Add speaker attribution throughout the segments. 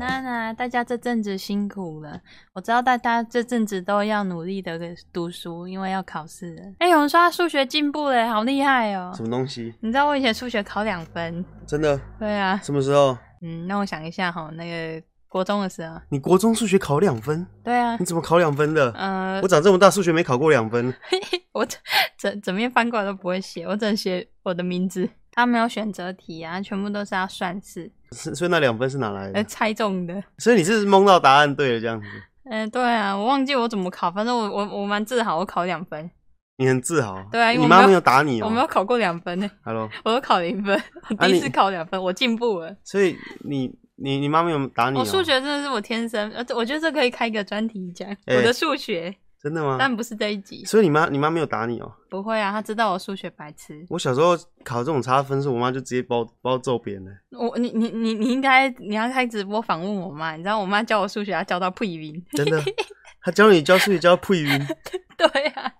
Speaker 1: 安啊！大家这阵子辛苦了，我知道大家这阵子都要努力的读书，因为要考试了。哎、有人说他数学进步了，好厉害哦！
Speaker 2: 什么东西？
Speaker 1: 你知道我以前数学考两分，
Speaker 2: 真的？
Speaker 1: 对啊，
Speaker 2: 什么时候？
Speaker 1: 嗯，那我想一下哈，那个国中的时候，
Speaker 2: 你国中数学考两分？
Speaker 1: 对啊
Speaker 2: 你，怎么考两分的？
Speaker 1: 呃
Speaker 2: 我，长这么大数学没考过两分。
Speaker 1: 我整整整面翻过来都不会写，我只写我的名字。他没有选择题啊，全部都是要算式，
Speaker 2: 是所以那两分是哪来
Speaker 1: 呃，
Speaker 2: 的？
Speaker 1: 猜中的。
Speaker 2: 所以你是蒙到答案对了这样子，
Speaker 1: 嗯、对啊，我忘记我怎么考，反正我我我蛮自豪，我考两分，
Speaker 2: 你很自豪。
Speaker 1: 对啊因为
Speaker 2: 你
Speaker 1: 我
Speaker 2: 妈
Speaker 1: 没有
Speaker 2: 没有打你哦、
Speaker 1: 我没有考过两分呢、
Speaker 2: Hello，
Speaker 1: 我都考零分，我
Speaker 2: 啊
Speaker 1: 第一次
Speaker 2: 你
Speaker 1: 考两分，我进步了。
Speaker 2: 所以你你你妈没有打你、哦
Speaker 1: 我数学真的是我天生，呃，我觉得这可以开一个专题讲、
Speaker 2: 哎
Speaker 1: 我的数学，
Speaker 2: 真的吗？
Speaker 1: 但不是这一集。
Speaker 2: 所以你妈你妈没有打你哦、
Speaker 1: 不会啊，他知道我数学白痴。
Speaker 2: 我小时候考这种差分数，我妈就直接把我把我揍扁了。
Speaker 1: 我你你你你应该你要开直播访问我妈，你知道我妈教我数学，她教到破音。
Speaker 2: 真的，她教你教数学教到破晕，
Speaker 1: 对啊，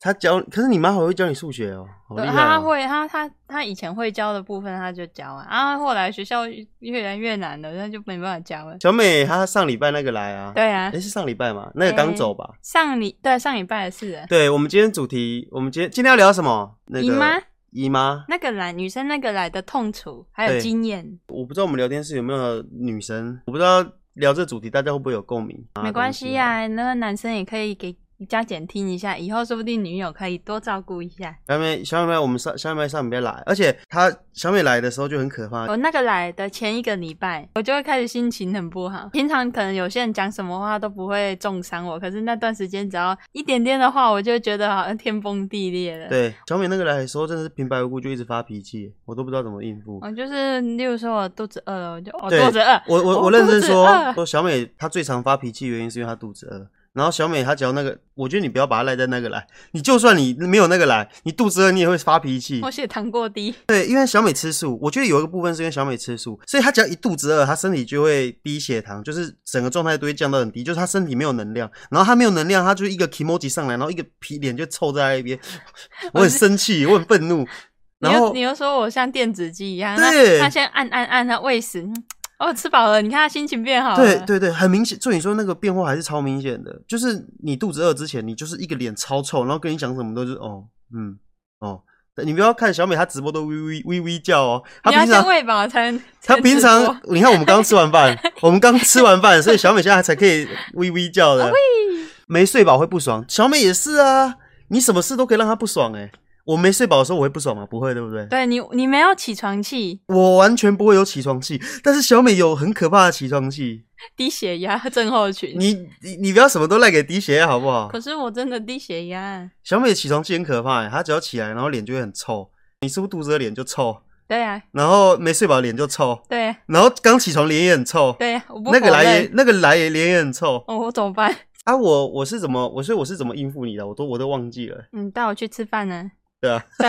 Speaker 2: 她教，可是你妈好会教你数学哦、好
Speaker 1: 对
Speaker 2: 厉
Speaker 1: 她
Speaker 2: 害、
Speaker 1: 她
Speaker 2: 哦。
Speaker 1: 会她她她以前会教的部分她就教啊，啊后来学校越来越难了，那就没办法教了。
Speaker 2: 小美她上礼拜那个来啊，
Speaker 1: 对啊
Speaker 2: 哎、，是上礼拜嘛？那个刚走吧？
Speaker 1: 上礼对上礼拜的事了，
Speaker 2: 对，我们今天主题，我们今天今天要聊什么？那个
Speaker 1: 姨妈
Speaker 2: 姨妈，
Speaker 1: 那个来女生那个来的痛楚还有
Speaker 2: 对
Speaker 1: 经验，
Speaker 2: 我不知道我们聊天室有没有女生，我不知道聊这主题大家会不会有共鸣。啊
Speaker 1: 没关系呀、那个男生也可以给加减听一下，以后说不定女友可以多照顾一下。
Speaker 2: 小美，小美，我们上小美上礼拜来，而且她小美来的时候就很可怕，
Speaker 1: 我那个来的前一个礼拜，我就会开始心情很不好。平常可能有些人讲什么话都不会重伤我，可是那段时间只要一点点的话，我就觉得好像天崩地裂了。，
Speaker 2: 对，小美那个来的时候真的是平白无故就一直发脾气，我都不知道怎么应付。
Speaker 1: 我就是，例如说我肚子饿了，我就我
Speaker 2: 对
Speaker 1: 肚子饿，
Speaker 2: 我我
Speaker 1: 我
Speaker 2: 我认真
Speaker 1: 哦肚子
Speaker 2: 说
Speaker 1: 饿
Speaker 2: 说小美她最常发脾气的原因是因为她肚子饿。然后小美她只要那个，我觉得你不要把她赖在那个来，你就算你没有那个来，你肚子饿你也会发脾气
Speaker 1: 我。血糖过低，
Speaker 2: 对，因为小美吃素，我觉得有一个部分是因为小美吃素，所以她只要一肚子饿，她身体就会低血糖，就是整个状态都会降到很低，就是她身体没有能量，然后她没有能量，她就一个 emoji 上来，然后一个皮脸就臭 在那边，我很生气，我很愤怒，
Speaker 1: 你
Speaker 2: 然
Speaker 1: 又
Speaker 2: 后
Speaker 1: 你又说我像电子鸡一样，
Speaker 2: 对
Speaker 1: 那他先按按按，他喂食，嗯哦吃饱了，你看他心情变好了。
Speaker 2: 对对对，很明显。就你说那个变化还是超明显的，就是你肚子饿之前，你就是一个脸超臭，然后跟你讲什么都是哦，嗯，哦。你不要看小美她直播都微微微微叫哦，她
Speaker 1: 你要
Speaker 2: 平
Speaker 1: 先
Speaker 2: 常
Speaker 1: 喂饱才能。才
Speaker 2: 她
Speaker 1: 能
Speaker 2: 平
Speaker 1: 直播
Speaker 2: 常你看我们刚吃 完饭，我们刚吃完饭，所以小美现在才可以微微叫
Speaker 1: 哦
Speaker 2: 的。没睡饱会不爽，小美也是啊，你什么事都可以让她不爽哎、我没睡饱的时候我会不爽吗？不会，对不对？
Speaker 1: 对你，你没有起床气、
Speaker 2: 我完全不会有起床气，但是小美有很可怕的起床气。
Speaker 1: 低血压、 症候群。
Speaker 2: 你你你不要什么都赖给低血压好不好？
Speaker 1: 可是我真的低血压。
Speaker 2: 小美的起床气很可怕欸，她只要起来，然后脸就会很臭。你是不是肚子饿脸就臭，
Speaker 1: 对啊，
Speaker 2: 然后没睡饱脸就臭，
Speaker 1: 对啊
Speaker 2: 然后刚起床脸也很臭。
Speaker 1: 对啊，我不
Speaker 2: 那个
Speaker 1: 否
Speaker 2: 来也
Speaker 1: 认
Speaker 2: 那个来也脸也很臭
Speaker 1: 哦，我怎么办？
Speaker 2: 啊！我我是怎么我所以我是怎么应付你的？我都我都忘记了。
Speaker 1: 你带我去吃饭 呢？
Speaker 2: 对啊，
Speaker 1: 带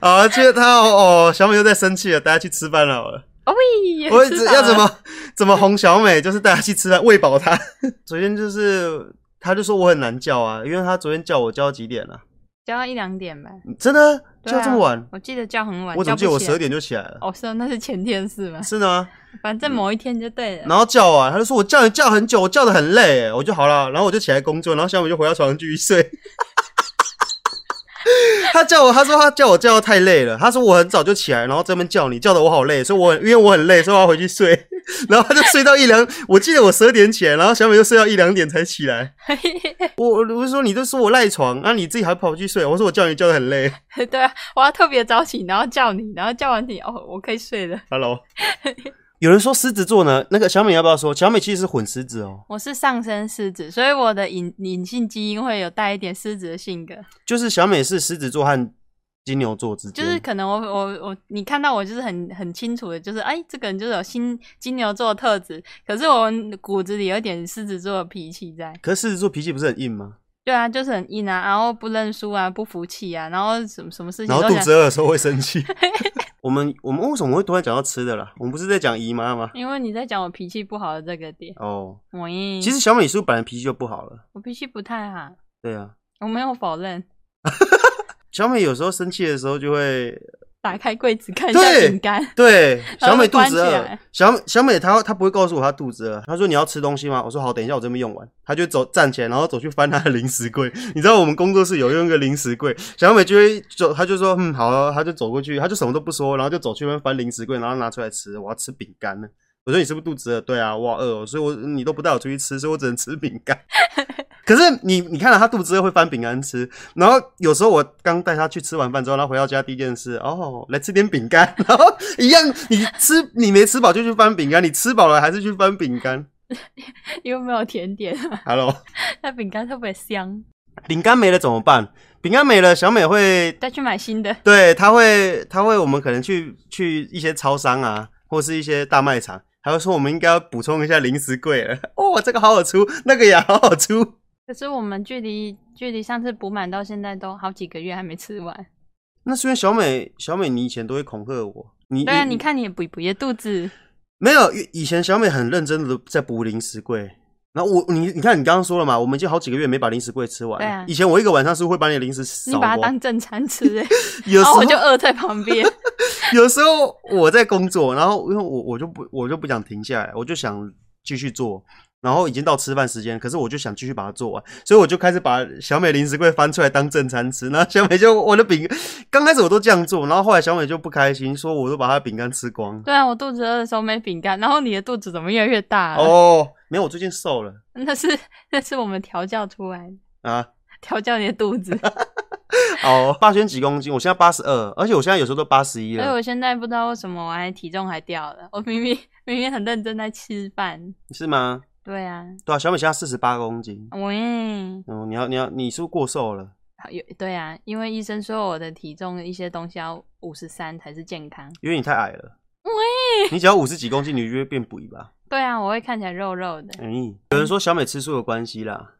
Speaker 1: 我
Speaker 2: 啊，觉得她哦哦，小美又在生气了，带她去吃饭好了。
Speaker 1: 哦喂，
Speaker 2: 我
Speaker 1: 吃
Speaker 2: 只
Speaker 1: 饱
Speaker 2: 要怎
Speaker 1: 了？
Speaker 2: 么怎么哄小美，就是带她去吃饭，喂饱她。 昨天就是她就说我很难叫啊，因为她昨天叫我叫到几点了、
Speaker 1: 叫到一两点吧。
Speaker 2: 真的
Speaker 1: 对
Speaker 2: 叫这么
Speaker 1: 啊
Speaker 2: 晚？
Speaker 1: 我记得叫很晚，
Speaker 2: 我怎么记得我十二
Speaker 1: 点？
Speaker 2: 点就起来了？
Speaker 1: 哦，是哦，那是前天是 吗？
Speaker 2: 是呢，
Speaker 1: 反正某一天就对了。
Speaker 2: 然后叫啊，他就说我叫你叫很久，我叫的很累，我就好了，然后我就起来工作，然后下午就回到床上继续睡。 他叫我，他说他叫我叫的太累了，他说我很早就起来，然后这边叫你，叫的我好累，所以我很因为我很累，所以我要回去睡。 然后他就睡到一两，我记得我十二点起来，然后小美就睡到一两点才起来。我我就说你就说我赖床，那、你自己还跑去睡，我说我叫你叫的很累。
Speaker 1: 对啊，我要特别早起，然后叫你，然后叫完你，哦，我可以睡了。
Speaker 2: Hello，有人说狮子座呢，那个小美要不要说？小美其实是混狮子哦，
Speaker 1: 我是上升狮子，所以我的隐隐性基因会有带一点狮子的性格。
Speaker 2: 就是小美是狮子座和金牛座之间，
Speaker 1: 就是可能我我我，你看到我就是很很清楚的，就是哎，这个人就是有新金牛座的特质，可是我骨子里有点狮子座的脾气在。
Speaker 2: 可是狮子座脾气不是很硬吗？
Speaker 1: 对啊，就是很硬啊，然后不认输啊，不服气啊，然后什么什么事情
Speaker 2: 然后
Speaker 1: 都
Speaker 2: 肚
Speaker 1: 想
Speaker 2: 子，饿的时候会生气。我们我们为什么会突然讲到吃的啦？我们不是在讲姨妈吗？
Speaker 1: 因为你在讲我脾气不好的这个点。
Speaker 2: 哦，
Speaker 1: 喂，
Speaker 2: 其实小美是不是本来脾气就不好了？
Speaker 1: 我脾气不太好，
Speaker 2: 对啊，
Speaker 1: 我没有否认。
Speaker 2: 小美有时候生气的时候就会
Speaker 1: 打开柜子看一下
Speaker 2: 对
Speaker 1: 饼干，
Speaker 2: 对，
Speaker 1: 然
Speaker 2: 小
Speaker 1: 后
Speaker 2: 美
Speaker 1: 会
Speaker 2: 肚
Speaker 1: 关
Speaker 2: 子
Speaker 1: 起
Speaker 2: 饿
Speaker 1: 来。
Speaker 2: 小小美她她不会告诉我她肚子饿，她说你要吃东西吗？我说好，等一下我这边用完。她就走站起来，然后走去翻她的零食柜。 你知道我们工作室有用一个零食柜，小美就会走，她就说嗯好、啊，她就走过去，她就什么都不说，然后就走去那边翻零食柜，然后拿出来吃。我要吃饼干呢。我说你是不是肚子饿？对啊，我好饿、哦，所以我你都不带我出去吃，所以我只能吃饼干。 可是你你看到、啊她肚子饿会翻饼干吃，然后有时候我刚带他去吃完饭之后，他回到家第一件事，哦，来吃点饼干， 然后一样，你吃你没吃饱就去翻饼干，你吃饱了还是去翻饼干。
Speaker 1: 又没有甜点，
Speaker 2: Hello，
Speaker 1: 那饼干特别香，
Speaker 2: 饼干没了怎么办？饼干没了，小美会，
Speaker 1: 再去买新的。
Speaker 2: 对，她会，她会，我们可能去去一些超商啊，或是一些大卖场，还会说我们应该要补充一下零食柜了。 哦，这个好好出，那个也好好出。
Speaker 1: 可是我们距离距离上次补满到现在都好几个月还没吃完。
Speaker 2: 那是因为小美，小美你以前都会恐吓我，你
Speaker 1: 对啊，你看你也补一补也肚子，
Speaker 2: 没有，以以前小美很认真的在补零食柜。然后我你你看你刚刚说了嘛，我们已经好几个月没把零食柜吃完
Speaker 1: 对
Speaker 2: 了。
Speaker 1: 啊
Speaker 2: 以前我一个晚上是会把你的零食
Speaker 1: 你
Speaker 2: 扫
Speaker 1: 把它
Speaker 2: 光，
Speaker 1: 当正餐 吃、欸，
Speaker 2: 有
Speaker 1: 然
Speaker 2: 时
Speaker 1: 后
Speaker 2: 候
Speaker 1: 我就饿在旁边。
Speaker 2: 有时候我在工作，然后因为我我就不我就不想停下来，我就想继续做。然后已经到吃饭时间，可是我就想继续把它做完，所以我就开始把小美零食柜翻出来当正餐吃。然后小美就我的饼，刚开始我都这样做，然后后来小美就不开心，说我都把她的饼干吃光。
Speaker 1: 对啊，我肚子饿的时候没饼干，然后你的肚子怎么越来越大、啊？
Speaker 2: 哦，没有，我最近瘦了
Speaker 1: 那是那是我们调教出来的，
Speaker 2: 啊。
Speaker 1: 调教你的肚 子。
Speaker 2: 哦，八圈几公斤？我现在八十二，而且我现在有时候都八十一
Speaker 1: 所以
Speaker 2: 了。
Speaker 1: 我现在不知道为什么我还体重还掉了，我明明明明很认真在吃饭。
Speaker 2: 是吗？
Speaker 1: 对啊，
Speaker 2: 对啊，小美现在四十八公斤。
Speaker 1: 我也
Speaker 2: 哦，你要你要你是不是过瘦了？
Speaker 1: 有对啊，因为医生说我的体重一些东西要五十三才是健康。
Speaker 2: 因为你太矮了。
Speaker 1: 喂，
Speaker 2: 你只要五十几公斤，你就会变补一吧。
Speaker 1: 对啊，我会看起来肉肉的，
Speaker 2: 嗯，有人说小美吃素有关系啦，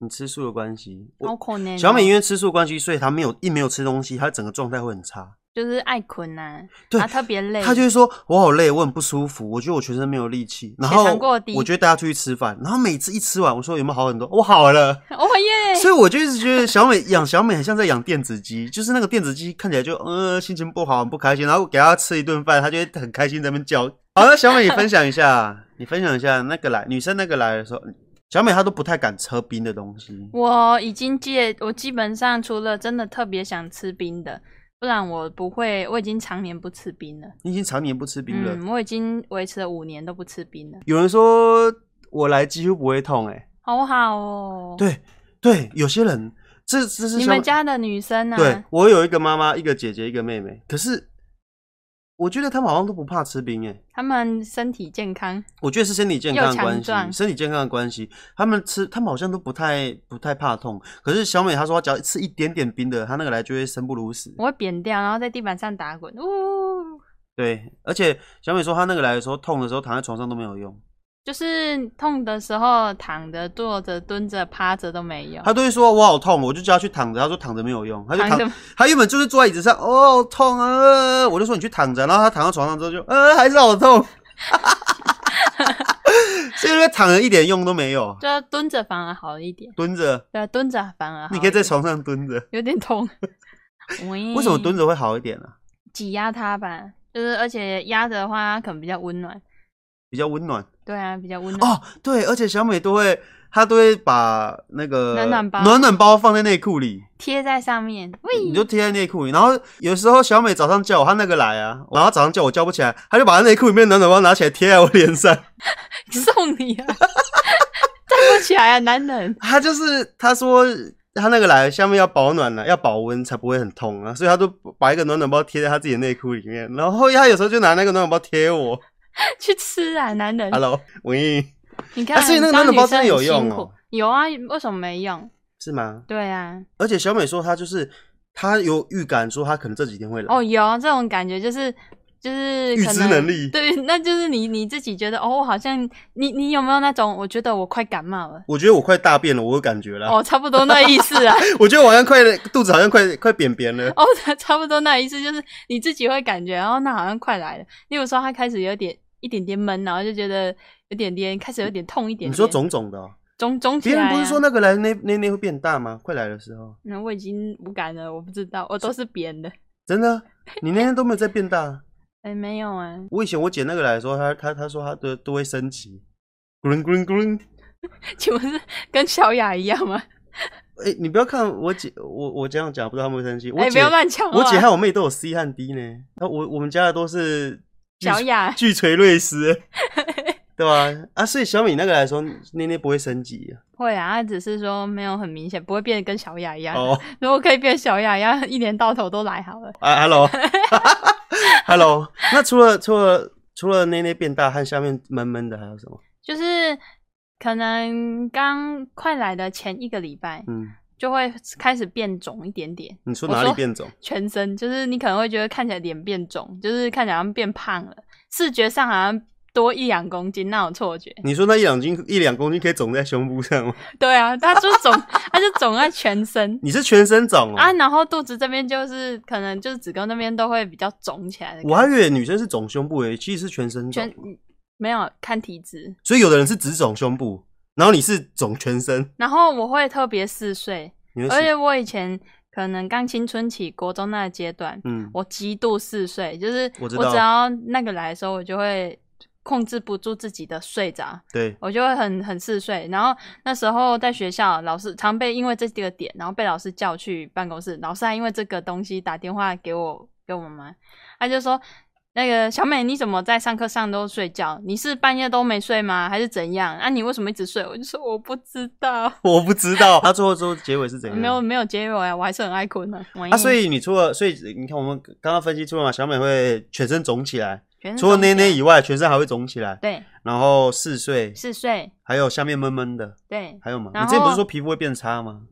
Speaker 2: 你吃素有关系。
Speaker 1: 好哦
Speaker 2: 我
Speaker 1: 困呢。
Speaker 2: 小美因为吃素有关系，所以她没有一没有吃东西，她整个状态会很差。
Speaker 1: 就是爱困呐、
Speaker 2: 对
Speaker 1: 啊，特别累。
Speaker 2: 她就会说：“我好累，我很不舒服，我觉得我全身没有力气。”然后
Speaker 1: 血糖过低
Speaker 2: 我就会带她出去吃饭，然后每次一吃完，我说有没有好很多？我好了。
Speaker 1: 哦耶，
Speaker 2: 所以我就一直觉得小美养小美很像在养电子鸡，就是那个电子鸡看起来就呃心情不好，很不开心，然后给它吃一顿饭，它就会很开心在那边叫。好，那小美你分享一下，你分享一下那个来女生那个来的时候，小美她都不太敢吃冰的东西。
Speaker 1: 我已经戒，我基本上除了真的特别想吃冰的，不然我不会，我已经常年不吃冰了。
Speaker 2: 你已经常年不吃冰了，
Speaker 1: 嗯，我已经维持了五年都不吃冰了，
Speaker 2: 有人说我来几乎不会痛、欸，哎，
Speaker 1: 好好哦。，
Speaker 2: 对对，有些人这这是
Speaker 1: 你
Speaker 2: 小美
Speaker 1: 们家的女生啊，
Speaker 2: 对我有一个妈妈，一个姐姐，一个妹妹，可是我觉得她们好像都不怕吃冰、欸，哎。
Speaker 1: 她们身体健康，
Speaker 2: 我觉得是身体健康的
Speaker 1: 又
Speaker 2: 关
Speaker 1: 强
Speaker 2: 系，
Speaker 1: 壮
Speaker 2: 身体健康的关系。他们吃，他们好像都不太不太怕痛。可是小美她说，她只要吃一点点冰的，她那个来就会生不如死。
Speaker 1: 我会扁掉，然后在地板上打滚，呜，
Speaker 2: 对，而且小美说，她那个来的时候痛的时候，躺在床上都没有用，
Speaker 1: 就是痛的时候躺着、坐着、蹲着、趴着都没有
Speaker 2: 她。都会说我好痛，我就叫她去躺着。她说躺着没有用，她就
Speaker 1: 躺
Speaker 2: 躺，
Speaker 1: 着，
Speaker 2: 她原本就是坐在椅子上，哦好痛啊，我就说你去躺着，然后她躺到床上之后就，呃，还是好痛。 所以那个躺着一点用都没有，
Speaker 1: 就蹲着反而好一点。
Speaker 2: 蹲着，
Speaker 1: 对啊，蹲着反而好一点。
Speaker 2: 你可以在床上蹲着。
Speaker 1: 有点 痛。为
Speaker 2: 为什么蹲
Speaker 1: 着？
Speaker 2: 着会好一点呢、
Speaker 1: 挤压它吧，就是而且压着的话，它可能比较温暖。
Speaker 2: 比较温暖。
Speaker 1: 对啊，比较温暖。
Speaker 2: 哦，对，而且小美都会，她都会把那个
Speaker 1: 暖暖包
Speaker 2: 暖暖包放在内裤里，
Speaker 1: 贴在上面，喂，
Speaker 2: 你就贴在内裤里。然后有时候小美早上叫我，她那个来啊，然后早上叫我叫不起来，她就把她内裤里面的暖暖包拿起来贴在我脸 上。
Speaker 1: 送你啊！ 站不起来啊，男人。
Speaker 2: 她就是她说。她那个来，下面要保暖了、要保温才不会很痛啊，所以她都把一个暖暖包贴在她自己的内裤里面，然后她有时候就拿那个暖暖包 贴我。
Speaker 1: 去吃啊，男人。
Speaker 2: Hello，喂，
Speaker 1: 你看，
Speaker 2: 啊所以那个
Speaker 1: 当
Speaker 2: 暖暖包
Speaker 1: 女生
Speaker 2: 真的有
Speaker 1: 很辛
Speaker 2: 用哦
Speaker 1: 苦。有啊，为什么没用？
Speaker 2: 是吗？
Speaker 1: 对啊，
Speaker 2: 而且小美说她就是她有预感说她可能这几天会来。
Speaker 1: 哦，有这种感觉，就是就是
Speaker 2: 预
Speaker 1: 可
Speaker 2: 知
Speaker 1: 能
Speaker 2: 能力
Speaker 1: 对，那就是你你自己觉得哦，好像你你有没有那种，我觉得我快感冒了，
Speaker 2: 我觉得我快大便了，我有感觉了。
Speaker 1: 哦，差不多那意思啊。
Speaker 2: 我觉得我好像快肚子好像快快扁扁了。
Speaker 1: 哦，差不多那一次就是你自己会感觉，然后那好像快来了。例如说，他开始有点一点点闷，然后就觉得有点点开始有点痛一点点
Speaker 2: 你说肿肿的、哦，
Speaker 1: 肿肿起
Speaker 2: 别
Speaker 1: 来、啊？
Speaker 2: 人不是说那个来那那那会变大吗？快来的时候，
Speaker 1: 嗯，我已经无感了，我不知道，我都是扁的。
Speaker 2: 真的，你那天都没有在变大。
Speaker 1: 哎，没有啊，
Speaker 2: 我以前我剪那个来的时候，她她她说她的都会升级，咕噜咕噜咕噜。
Speaker 1: 请问是跟小雅一样吗？
Speaker 2: 哎、你不要看我姐，我我这样讲，不知道他们会生气。我
Speaker 1: 哎，不
Speaker 2: 姐、
Speaker 1: 要乱讲话。
Speaker 2: 我姐和我妹都有 C 和 D 呢。那我我们家的都是巨
Speaker 1: 小雅
Speaker 2: 巨锤瑞斯，对吧？啊，所以小米那个来说，那那不会升级、
Speaker 1: 会啊，她只是说没有很明显，不会变得跟小雅一样。
Speaker 2: 哦。
Speaker 1: 如果可以变小雅一样，一年到头都来好了。
Speaker 2: 啊，Hello，Hello。那 除了除了除了内内变大和下面闷闷的，还有什么？
Speaker 1: 就是可能刚快来的前一个礼拜，
Speaker 2: 嗯，
Speaker 1: 就会开始变肿一点点，
Speaker 2: 你说
Speaker 1: 我
Speaker 2: 哪里
Speaker 1: 说
Speaker 2: 变肿？
Speaker 1: 全身就是你可能会觉得看起来脸变肿，就是看起来好像变胖了，视觉上好像多一两公斤那种错觉。
Speaker 2: 你说那一两斤一两公斤可以肿在胸部上吗？
Speaker 1: 对啊，它就肿，它就肿在全身。
Speaker 2: 你是全身肿哦、
Speaker 1: 啊，然后肚子这边就是可能就是子宫那边都会比较肿起来的感觉，
Speaker 2: 我还以为女生是肿胸部诶、其实是全身肿
Speaker 1: 全。没有看体质，
Speaker 2: 所以有的人是只肿胸部，然后你是肿全身。
Speaker 1: 然后我会特别嗜睡，
Speaker 2: 你会
Speaker 1: 而
Speaker 2: 是
Speaker 1: 且我以前可能刚青春期、国中那个阶段，
Speaker 2: 嗯，
Speaker 1: 我极度嗜睡，就是
Speaker 2: 我
Speaker 1: 我
Speaker 2: 知
Speaker 1: 只
Speaker 2: 道
Speaker 1: 要那个来的时候，我就会控制不住自己的睡着，
Speaker 2: 对，
Speaker 1: 我就会很很嗜睡。然后那时候在学校，老师常被因为这个点，然后被老师叫去办公室，老师还因为这个东西打电话给我给我妈妈，他就说。那个小美，你怎么在上课上都睡觉？你是半夜都没睡吗？还是怎样？啊，你为什么一直睡？我就说我不知道，
Speaker 2: 我不知道。他最后最后结尾是怎样？
Speaker 1: 没有没有结尾啊，我还是很爱困啊。
Speaker 2: 啊，所以你除了，所以你看我们刚刚分析出了嘛，小美会全身肿起来，
Speaker 1: 全身
Speaker 2: 除了
Speaker 1: 中
Speaker 2: 内内
Speaker 1: 邪
Speaker 2: 以外，全身还会肿起来，
Speaker 1: 对
Speaker 2: 然后嗜睡，
Speaker 1: 嗜睡，
Speaker 2: 还有下面闷闷的，
Speaker 1: 对，
Speaker 2: 还有吗？你
Speaker 1: 然
Speaker 2: 之前不是
Speaker 1: 后
Speaker 2: 说皮肤会变差吗？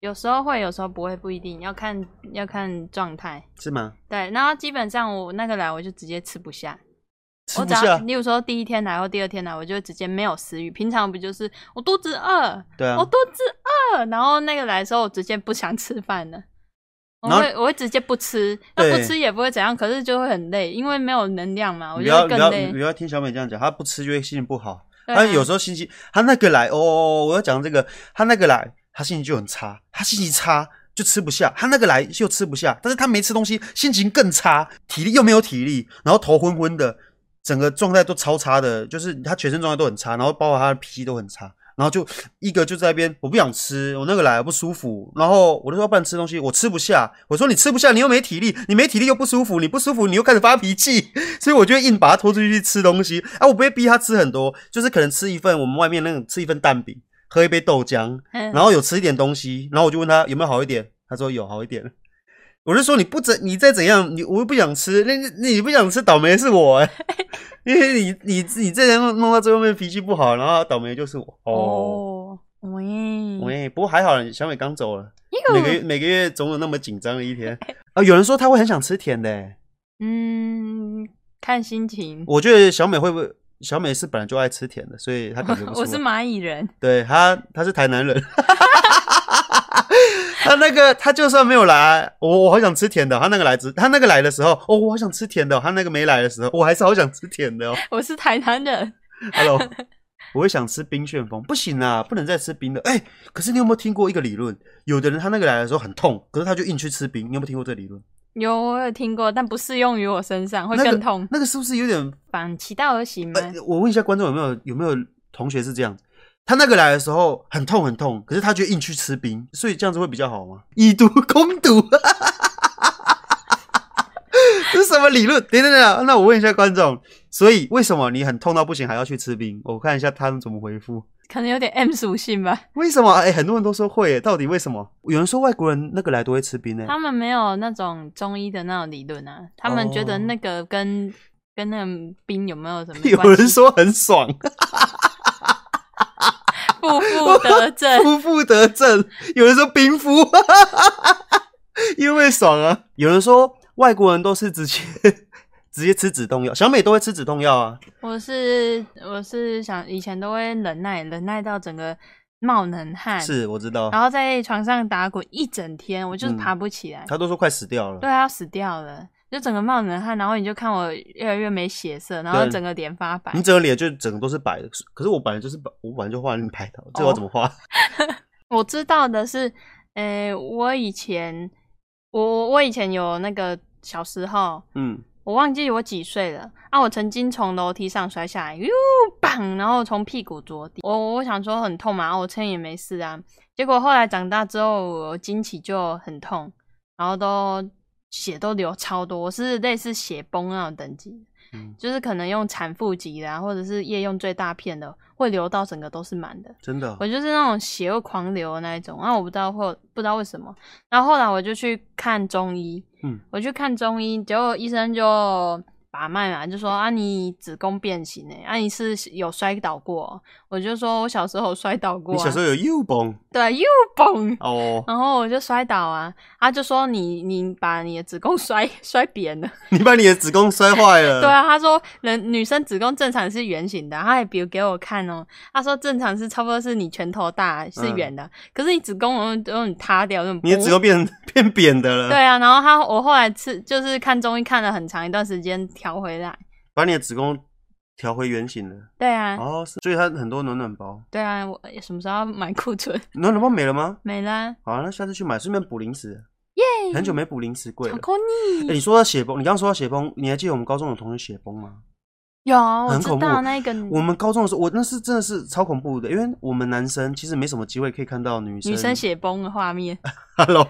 Speaker 1: 有时候会，有时候不会，不一定要看要看状态。
Speaker 2: 是吗？
Speaker 1: 对，然后基本上我那个来我就直接吃不下，
Speaker 2: 吃不
Speaker 1: 我只要
Speaker 2: 下，
Speaker 1: 例如说第一天来或第二天来，我就直接没有食欲。平常不就是我肚子饿，
Speaker 2: 对啊
Speaker 1: 我，肚子饿，然后那个来的时候我直接不想吃饭了。我
Speaker 2: 然后
Speaker 1: 会我会直接不吃，
Speaker 2: 对
Speaker 1: 那不吃也不会怎样，可是就会很累，因为没有能量嘛，我
Speaker 2: 你
Speaker 1: 就会
Speaker 2: 不要你不
Speaker 1: 更
Speaker 2: 要你
Speaker 1: 累
Speaker 2: 不。要听小美这样讲，她不吃就会心情不好。
Speaker 1: 对
Speaker 2: 她
Speaker 1: 啊
Speaker 2: 有时候心情，她那个来哦哦，哦我要讲这个，她那个来，她心情就很差，她心情差就吃不下，她那个来就吃不下，但是她没吃东西，心情更差，体力又没有体力，然后头昏昏的，整个状态都超差的，就是她全身状态都很差，然后包括她的脾气都很差。然后就一个就在那边，我不想吃，我那个来我不舒服，然后我就说要不然吃东西，我吃不下，我说你吃不下，你又没体力，你没体力又不舒服，你不舒服你又开始发脾气，所以我就会硬把他拖出去去吃东西啊，我不会逼他吃很多，就是可能吃一份我们外面那种吃一份蛋饼，喝一杯豆浆，
Speaker 1: 嗯
Speaker 2: 然后有吃一点东西，然后我就问他有没有好一点，他说有好一点。我就说你不怎你再怎样，你我又不想吃，那那你不想吃倒霉是我、欸， 因为你你你这样弄到最后面脾气不好，然后倒霉就是我哦。
Speaker 1: 哦，喂，
Speaker 2: 喂，不过还好，小美刚走了，每
Speaker 1: 一
Speaker 2: 个月每个月总有那么紧张的一天啊。有人说她会很想吃甜的、欸，
Speaker 1: 嗯，看心情。
Speaker 2: 我觉得小美会不会？小美是本来就爱吃甜的，所以她感觉 不
Speaker 1: 我我是
Speaker 2: 错
Speaker 1: 蚂蚁人，
Speaker 2: 对她，她是台南人。 她那个，她就算没有来，我我好想吃甜的。她那个来之，她那个来的时候，哦，我好想吃甜的。她那个没来的时候，我还是好想吃 甜的哦。
Speaker 1: 我是台南人。
Speaker 2: Hello，我会想吃冰旋风，不行啊，不能再吃冰的。哎、可是你有没有听过一个理论？有的人他那个来的时候很痛，可是他就硬去吃冰。你有没有听过这个理论？
Speaker 1: 有，我有听过，但不适用于我身上，会
Speaker 2: 那个
Speaker 1: 更痛。
Speaker 2: 那个是不是有点
Speaker 1: 反其道而行吗？
Speaker 2: 呃，我问一下观众有没有有没有同学是这样？他那个来的时候很痛很痛，可是他就硬去吃冰，所以这样子会比较好吗？以毒攻毒， 这是什么理论？等等等等，那我问一下观众，所以为什么你很痛到不行还要去吃冰？我看一下他们怎么回复。
Speaker 1: 可能有点 M 属性吧。
Speaker 2: 为什么？哎、很多人都说会耶，到底为什么？有人说外国人那个来都会吃冰呢。
Speaker 1: 他们没有那种中医的那种理论啊，他们觉
Speaker 2: 哦
Speaker 1: 得那个跟、跟那个冰有没有什么
Speaker 2: 有
Speaker 1: 关
Speaker 2: 人
Speaker 1: 系？
Speaker 2: 说很爽，
Speaker 1: 负负得正，
Speaker 2: 夫妇得正，有人说冰敷， 因为爽啊。有人说外国人都是直接 直接吃止痛药，小美都会吃止痛药啊。
Speaker 1: 我是我是想以前都会忍耐，忍耐到整个冒冷汗，
Speaker 2: 是我知道，
Speaker 1: 然后在床上打滚一整天，我就是
Speaker 2: 嗯
Speaker 1: 爬不起来。
Speaker 2: 她都说快死掉了
Speaker 1: 对。啊，要死掉了，就整个冒冷汗，然后你就看我越来越没血色，然后
Speaker 2: 对嗯
Speaker 1: 整个脸发白
Speaker 2: 你。整个脸就整个都是白的，可是我本来就是白，我本来就画你白的，
Speaker 1: 哦
Speaker 2: 这我要怎么画？
Speaker 1: 我知道的是，呃，我以前我我以前有那个小时候，
Speaker 2: 嗯，
Speaker 1: 我忘记我几岁了啊！我曾经从楼梯上摔下来，哟，砰！然后从屁股着地。我我想说很痛嘛，啊我撑也没事啊。结果后来长大之后，我经期就很痛，然后都血都流超多，我是类似血崩那种等级，
Speaker 2: 嗯
Speaker 1: 就是可能用产妇级的、啊，或者是夜用最大片的，会流到整个都是满的。
Speaker 2: 真的哦
Speaker 1: 我就是那种血会狂流的那一种，然啊后我不知道会不知道为什么，然后后来我就去看中医，
Speaker 2: 嗯，
Speaker 1: 我去看中医，结果医生就把脉嘛，就说啊你子宫变形诶、啊你是有摔倒过，我就说我小时候有摔倒过、啊，
Speaker 2: 你小时候有右崩
Speaker 1: 对又崩，
Speaker 2: 哦，
Speaker 1: 然后我就摔倒啊，他就说你你把你的子宫 摔摔扁了，
Speaker 2: 你把你的子宫摔坏了。
Speaker 1: 对啊，他说人女生子宫正常是圆形的，他也比给我看哦。他说正常是差不多是你拳头大是圆的，可是你子宫有有点塌掉，有点
Speaker 2: 嗯你的
Speaker 1: 崩
Speaker 2: 子宫变 变扁的了。
Speaker 1: 对，啊。然后他我后来吃就是看中医看了很长一段时间调回来，
Speaker 2: 把你的子宫调回圆形了。
Speaker 1: 对啊，
Speaker 2: 哦，是所以它很多暖暖包，
Speaker 1: 对啊。我什么时候要买库存？
Speaker 2: 暖暖包没了吗？
Speaker 1: 没啦，
Speaker 2: 好，啊那下次去买，顺便补零食。
Speaker 1: 耶、
Speaker 2: 很久没补零食柜了
Speaker 1: 巧。克力、
Speaker 2: 哎、你说到血崩，你刚刚说到血崩，你还记得我们高中有同学血崩吗？
Speaker 1: 有，我
Speaker 2: 很
Speaker 1: 知
Speaker 2: 恐怖
Speaker 1: 道那个
Speaker 2: 我们高中的时候，我那是真的是超恐怖的，因为我们男生其实没什么机会可以看到女生。
Speaker 1: 女生血崩的画面， 哦
Speaker 2: Hello，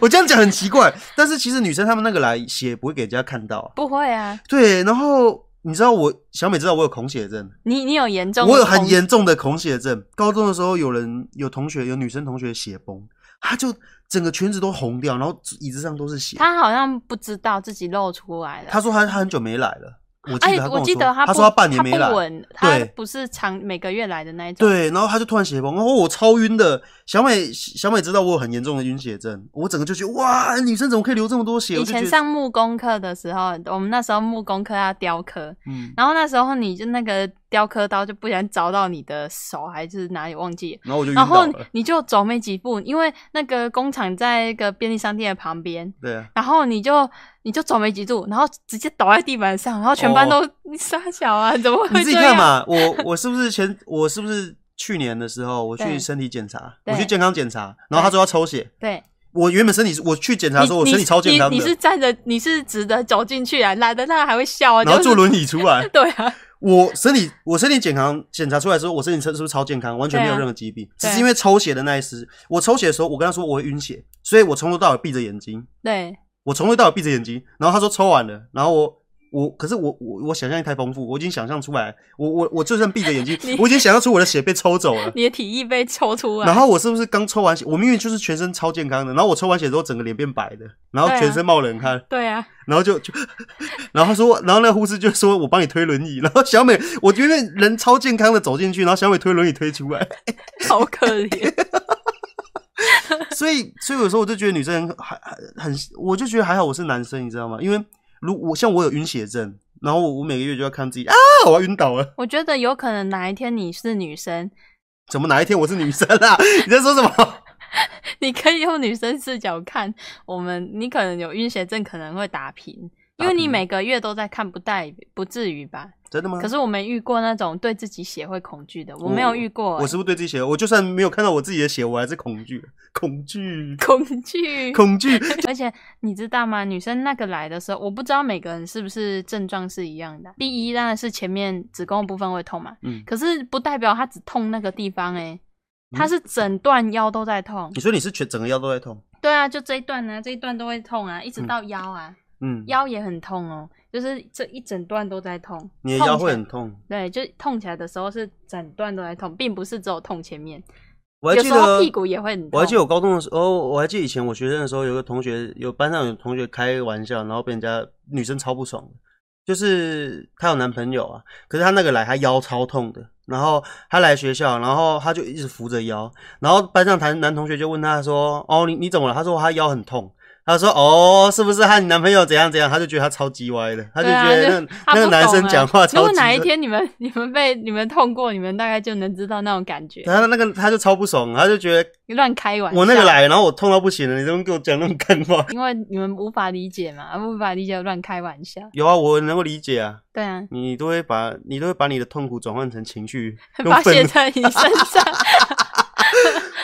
Speaker 2: 我 这样讲很奇怪，但是其实女生她们那个来血不会给人家看到。
Speaker 1: 不会啊，
Speaker 2: 对，然后你知道我小美知道我有恐血症，
Speaker 1: 你你有严重？
Speaker 2: 我有很，严重的恐血症。高中的时候，有人有同学有女生同学血崩，她就整个裙子都红掉，然后椅子上都是血。
Speaker 1: 他好像不知道自己露出来了。
Speaker 2: 她说她她很久没来了，我记
Speaker 1: 哎，
Speaker 2: 得她跟
Speaker 1: 我记
Speaker 2: 说，
Speaker 1: 得
Speaker 2: 她
Speaker 1: 不，
Speaker 2: 说她半年没
Speaker 1: 他
Speaker 2: 来
Speaker 1: 不。稳，他
Speaker 2: 对
Speaker 1: 不是常每个月来的那一种。，
Speaker 2: 对，然后她就突然血崩，然后我超晕的。小美小美知道我有很严重的晕血症，我整个就觉得哇，女生怎么可以流这么多血？
Speaker 1: 以
Speaker 2: 我就觉
Speaker 1: 前
Speaker 2: 得
Speaker 1: 上木工课的时候，我们那时候木工课要雕刻，
Speaker 2: 嗯，
Speaker 1: 然后那时候你就那个雕刻刀就不小心凿到你的手还是哪里忘记了，
Speaker 2: 然后我就晕
Speaker 1: 然
Speaker 2: 倒
Speaker 1: 后
Speaker 2: 了。
Speaker 1: 你就走没几步，因为那个工厂在一个便利商店的旁边，
Speaker 2: 对 啊，
Speaker 1: 然后你就你就走没几步，然后直接倒在地板上，然后全班
Speaker 2: 哦
Speaker 1: 都、 你傻小啊，怎么
Speaker 2: 你
Speaker 1: 会
Speaker 2: 自己
Speaker 1: 这
Speaker 2: 看
Speaker 1: 样？
Speaker 2: 嘛。我我是不是前我是不是去年的时候我去
Speaker 1: 对
Speaker 2: 身体检查，
Speaker 1: 对
Speaker 2: 我去健康检查，然后她说要抽血。
Speaker 1: 对，
Speaker 2: 我原本身体是我去检查的时候，我
Speaker 1: 你
Speaker 2: 身体超健康
Speaker 1: 你你是
Speaker 2: 的，
Speaker 1: 站着，你是直的走进去啊，懒得那还会笑啊，
Speaker 2: 然后
Speaker 1: 就是。
Speaker 2: 坐轮椅出来
Speaker 1: 对啊，
Speaker 2: 我身体我身体健康检查出来之后，我身体是不是超健康，完全没有
Speaker 1: 对啊
Speaker 2: 任何疾病，只
Speaker 1: 对
Speaker 2: 是因为抽血的那一时，我抽血的时候，我跟他说我会晕血，所以我从头到尾闭着眼睛，
Speaker 1: 对，
Speaker 2: 我从头到尾闭着眼睛。然后他说抽完了，然后我。我可是我我我想象力太丰富，我已经想象出来，我我我就算闭着眼睛
Speaker 1: 你，
Speaker 2: 我已经想象出我的血被抽走 了。
Speaker 1: 你的体液被抽出来，
Speaker 2: 然后我是不是刚抽完血？我明明就是全身超健康的，然后我抽完血之后整个脸变白的，然后
Speaker 1: 对啊
Speaker 2: 全身冒冷汗，
Speaker 1: 对啊，
Speaker 2: 然后就 就，然后他说，然后那个护士就说我帮你推轮椅， 然后小美，我觉得人超健康的走进去，然后小美推轮椅推出来，
Speaker 1: 好可怜。
Speaker 2: 所以所以有时候我就觉得女生很还很，很我就觉得还好我是男生，你知道吗？因为如我像我有晕血症，然后我我每个月就要看自己啊，我要晕倒 了，
Speaker 1: 我觉得有可能哪一天你是女生，
Speaker 2: 怎么哪一天我是女生啦、 你在说什么？
Speaker 1: 你可以用女生视角看我们，你可能有晕血症，可能会打平。因为
Speaker 2: 打
Speaker 1: 你
Speaker 2: 平
Speaker 1: 每个月都在看，不带不至于吧？
Speaker 2: 真的吗？
Speaker 1: 可是我没遇过那种对自己血会恐惧的，我没有遇过、
Speaker 2: 我是不是对自己血？我就算没有看到我自己的血，我还是恐惧，恐
Speaker 1: 欸
Speaker 2: 惧，
Speaker 1: 恐惧，
Speaker 2: 恐惧。
Speaker 1: 而且你知道吗？女生那个来的时候，我不知道每个人是不是症状是一样的。啊第一当然是前面子宫的部分会痛嘛，
Speaker 2: 嗯，
Speaker 1: 可是不代表她只痛那个地方哎、她是整段腰都在痛。
Speaker 2: 你说你是全整个腰都在痛？
Speaker 1: 对啊，就这一段呢、这一段都会痛啊，一直到腰啊，
Speaker 2: 嗯，
Speaker 1: 腰也很痛哦，就是这一整段都在痛。
Speaker 2: 你的腰会
Speaker 1: 痛
Speaker 2: 很痛。
Speaker 1: 起来对，就痛起来的时候是整段都在痛，并不是只有痛前面，
Speaker 2: 我还
Speaker 1: 有
Speaker 2: 记
Speaker 1: 时候
Speaker 2: 得
Speaker 1: 屁股也会很痛。
Speaker 2: 我还记得我高中的时候，我还记得以前我学生的时候，有个同学，有班上有同学开玩笑，然后被人家女生超不爽的，就是她有男朋友啊，可是她那个来，她腰超痛的，然后她来学校，然后她就一直扶着腰，然后班上男男同学就问她说：“哦，你你怎么了？”她说：“她腰很痛。”她说：“哦，是不是和你男朋友怎样怎样？”她就觉得她超级歪的，她就
Speaker 1: 对
Speaker 2: 觉
Speaker 1: 啊
Speaker 2: 得那、
Speaker 1: 他
Speaker 2: 那个
Speaker 1: 不
Speaker 2: 男
Speaker 1: 懂
Speaker 2: 生
Speaker 1: 啊
Speaker 2: 讲话
Speaker 1: 如
Speaker 2: 超
Speaker 1: 果
Speaker 2: 级
Speaker 1: 哪一
Speaker 2: 的
Speaker 1: 天你们 你们被你们痛过，你们大概就能知道那种感觉。
Speaker 2: 他的那个他就超不爽，他就觉得
Speaker 1: 乱开玩笑，
Speaker 2: 我那个，来，然后我痛到不行了，你怎么给我讲那种干话？
Speaker 1: 因为你们无法理解嘛，啊无法理解乱开玩笑。
Speaker 2: 有啊，我能够理解啊，
Speaker 1: 对啊，
Speaker 2: 你都会把你都会把你的痛苦转换成 情绪，
Speaker 1: 发
Speaker 2: 用
Speaker 1: 泄
Speaker 2: 愤
Speaker 1: 在你身 上。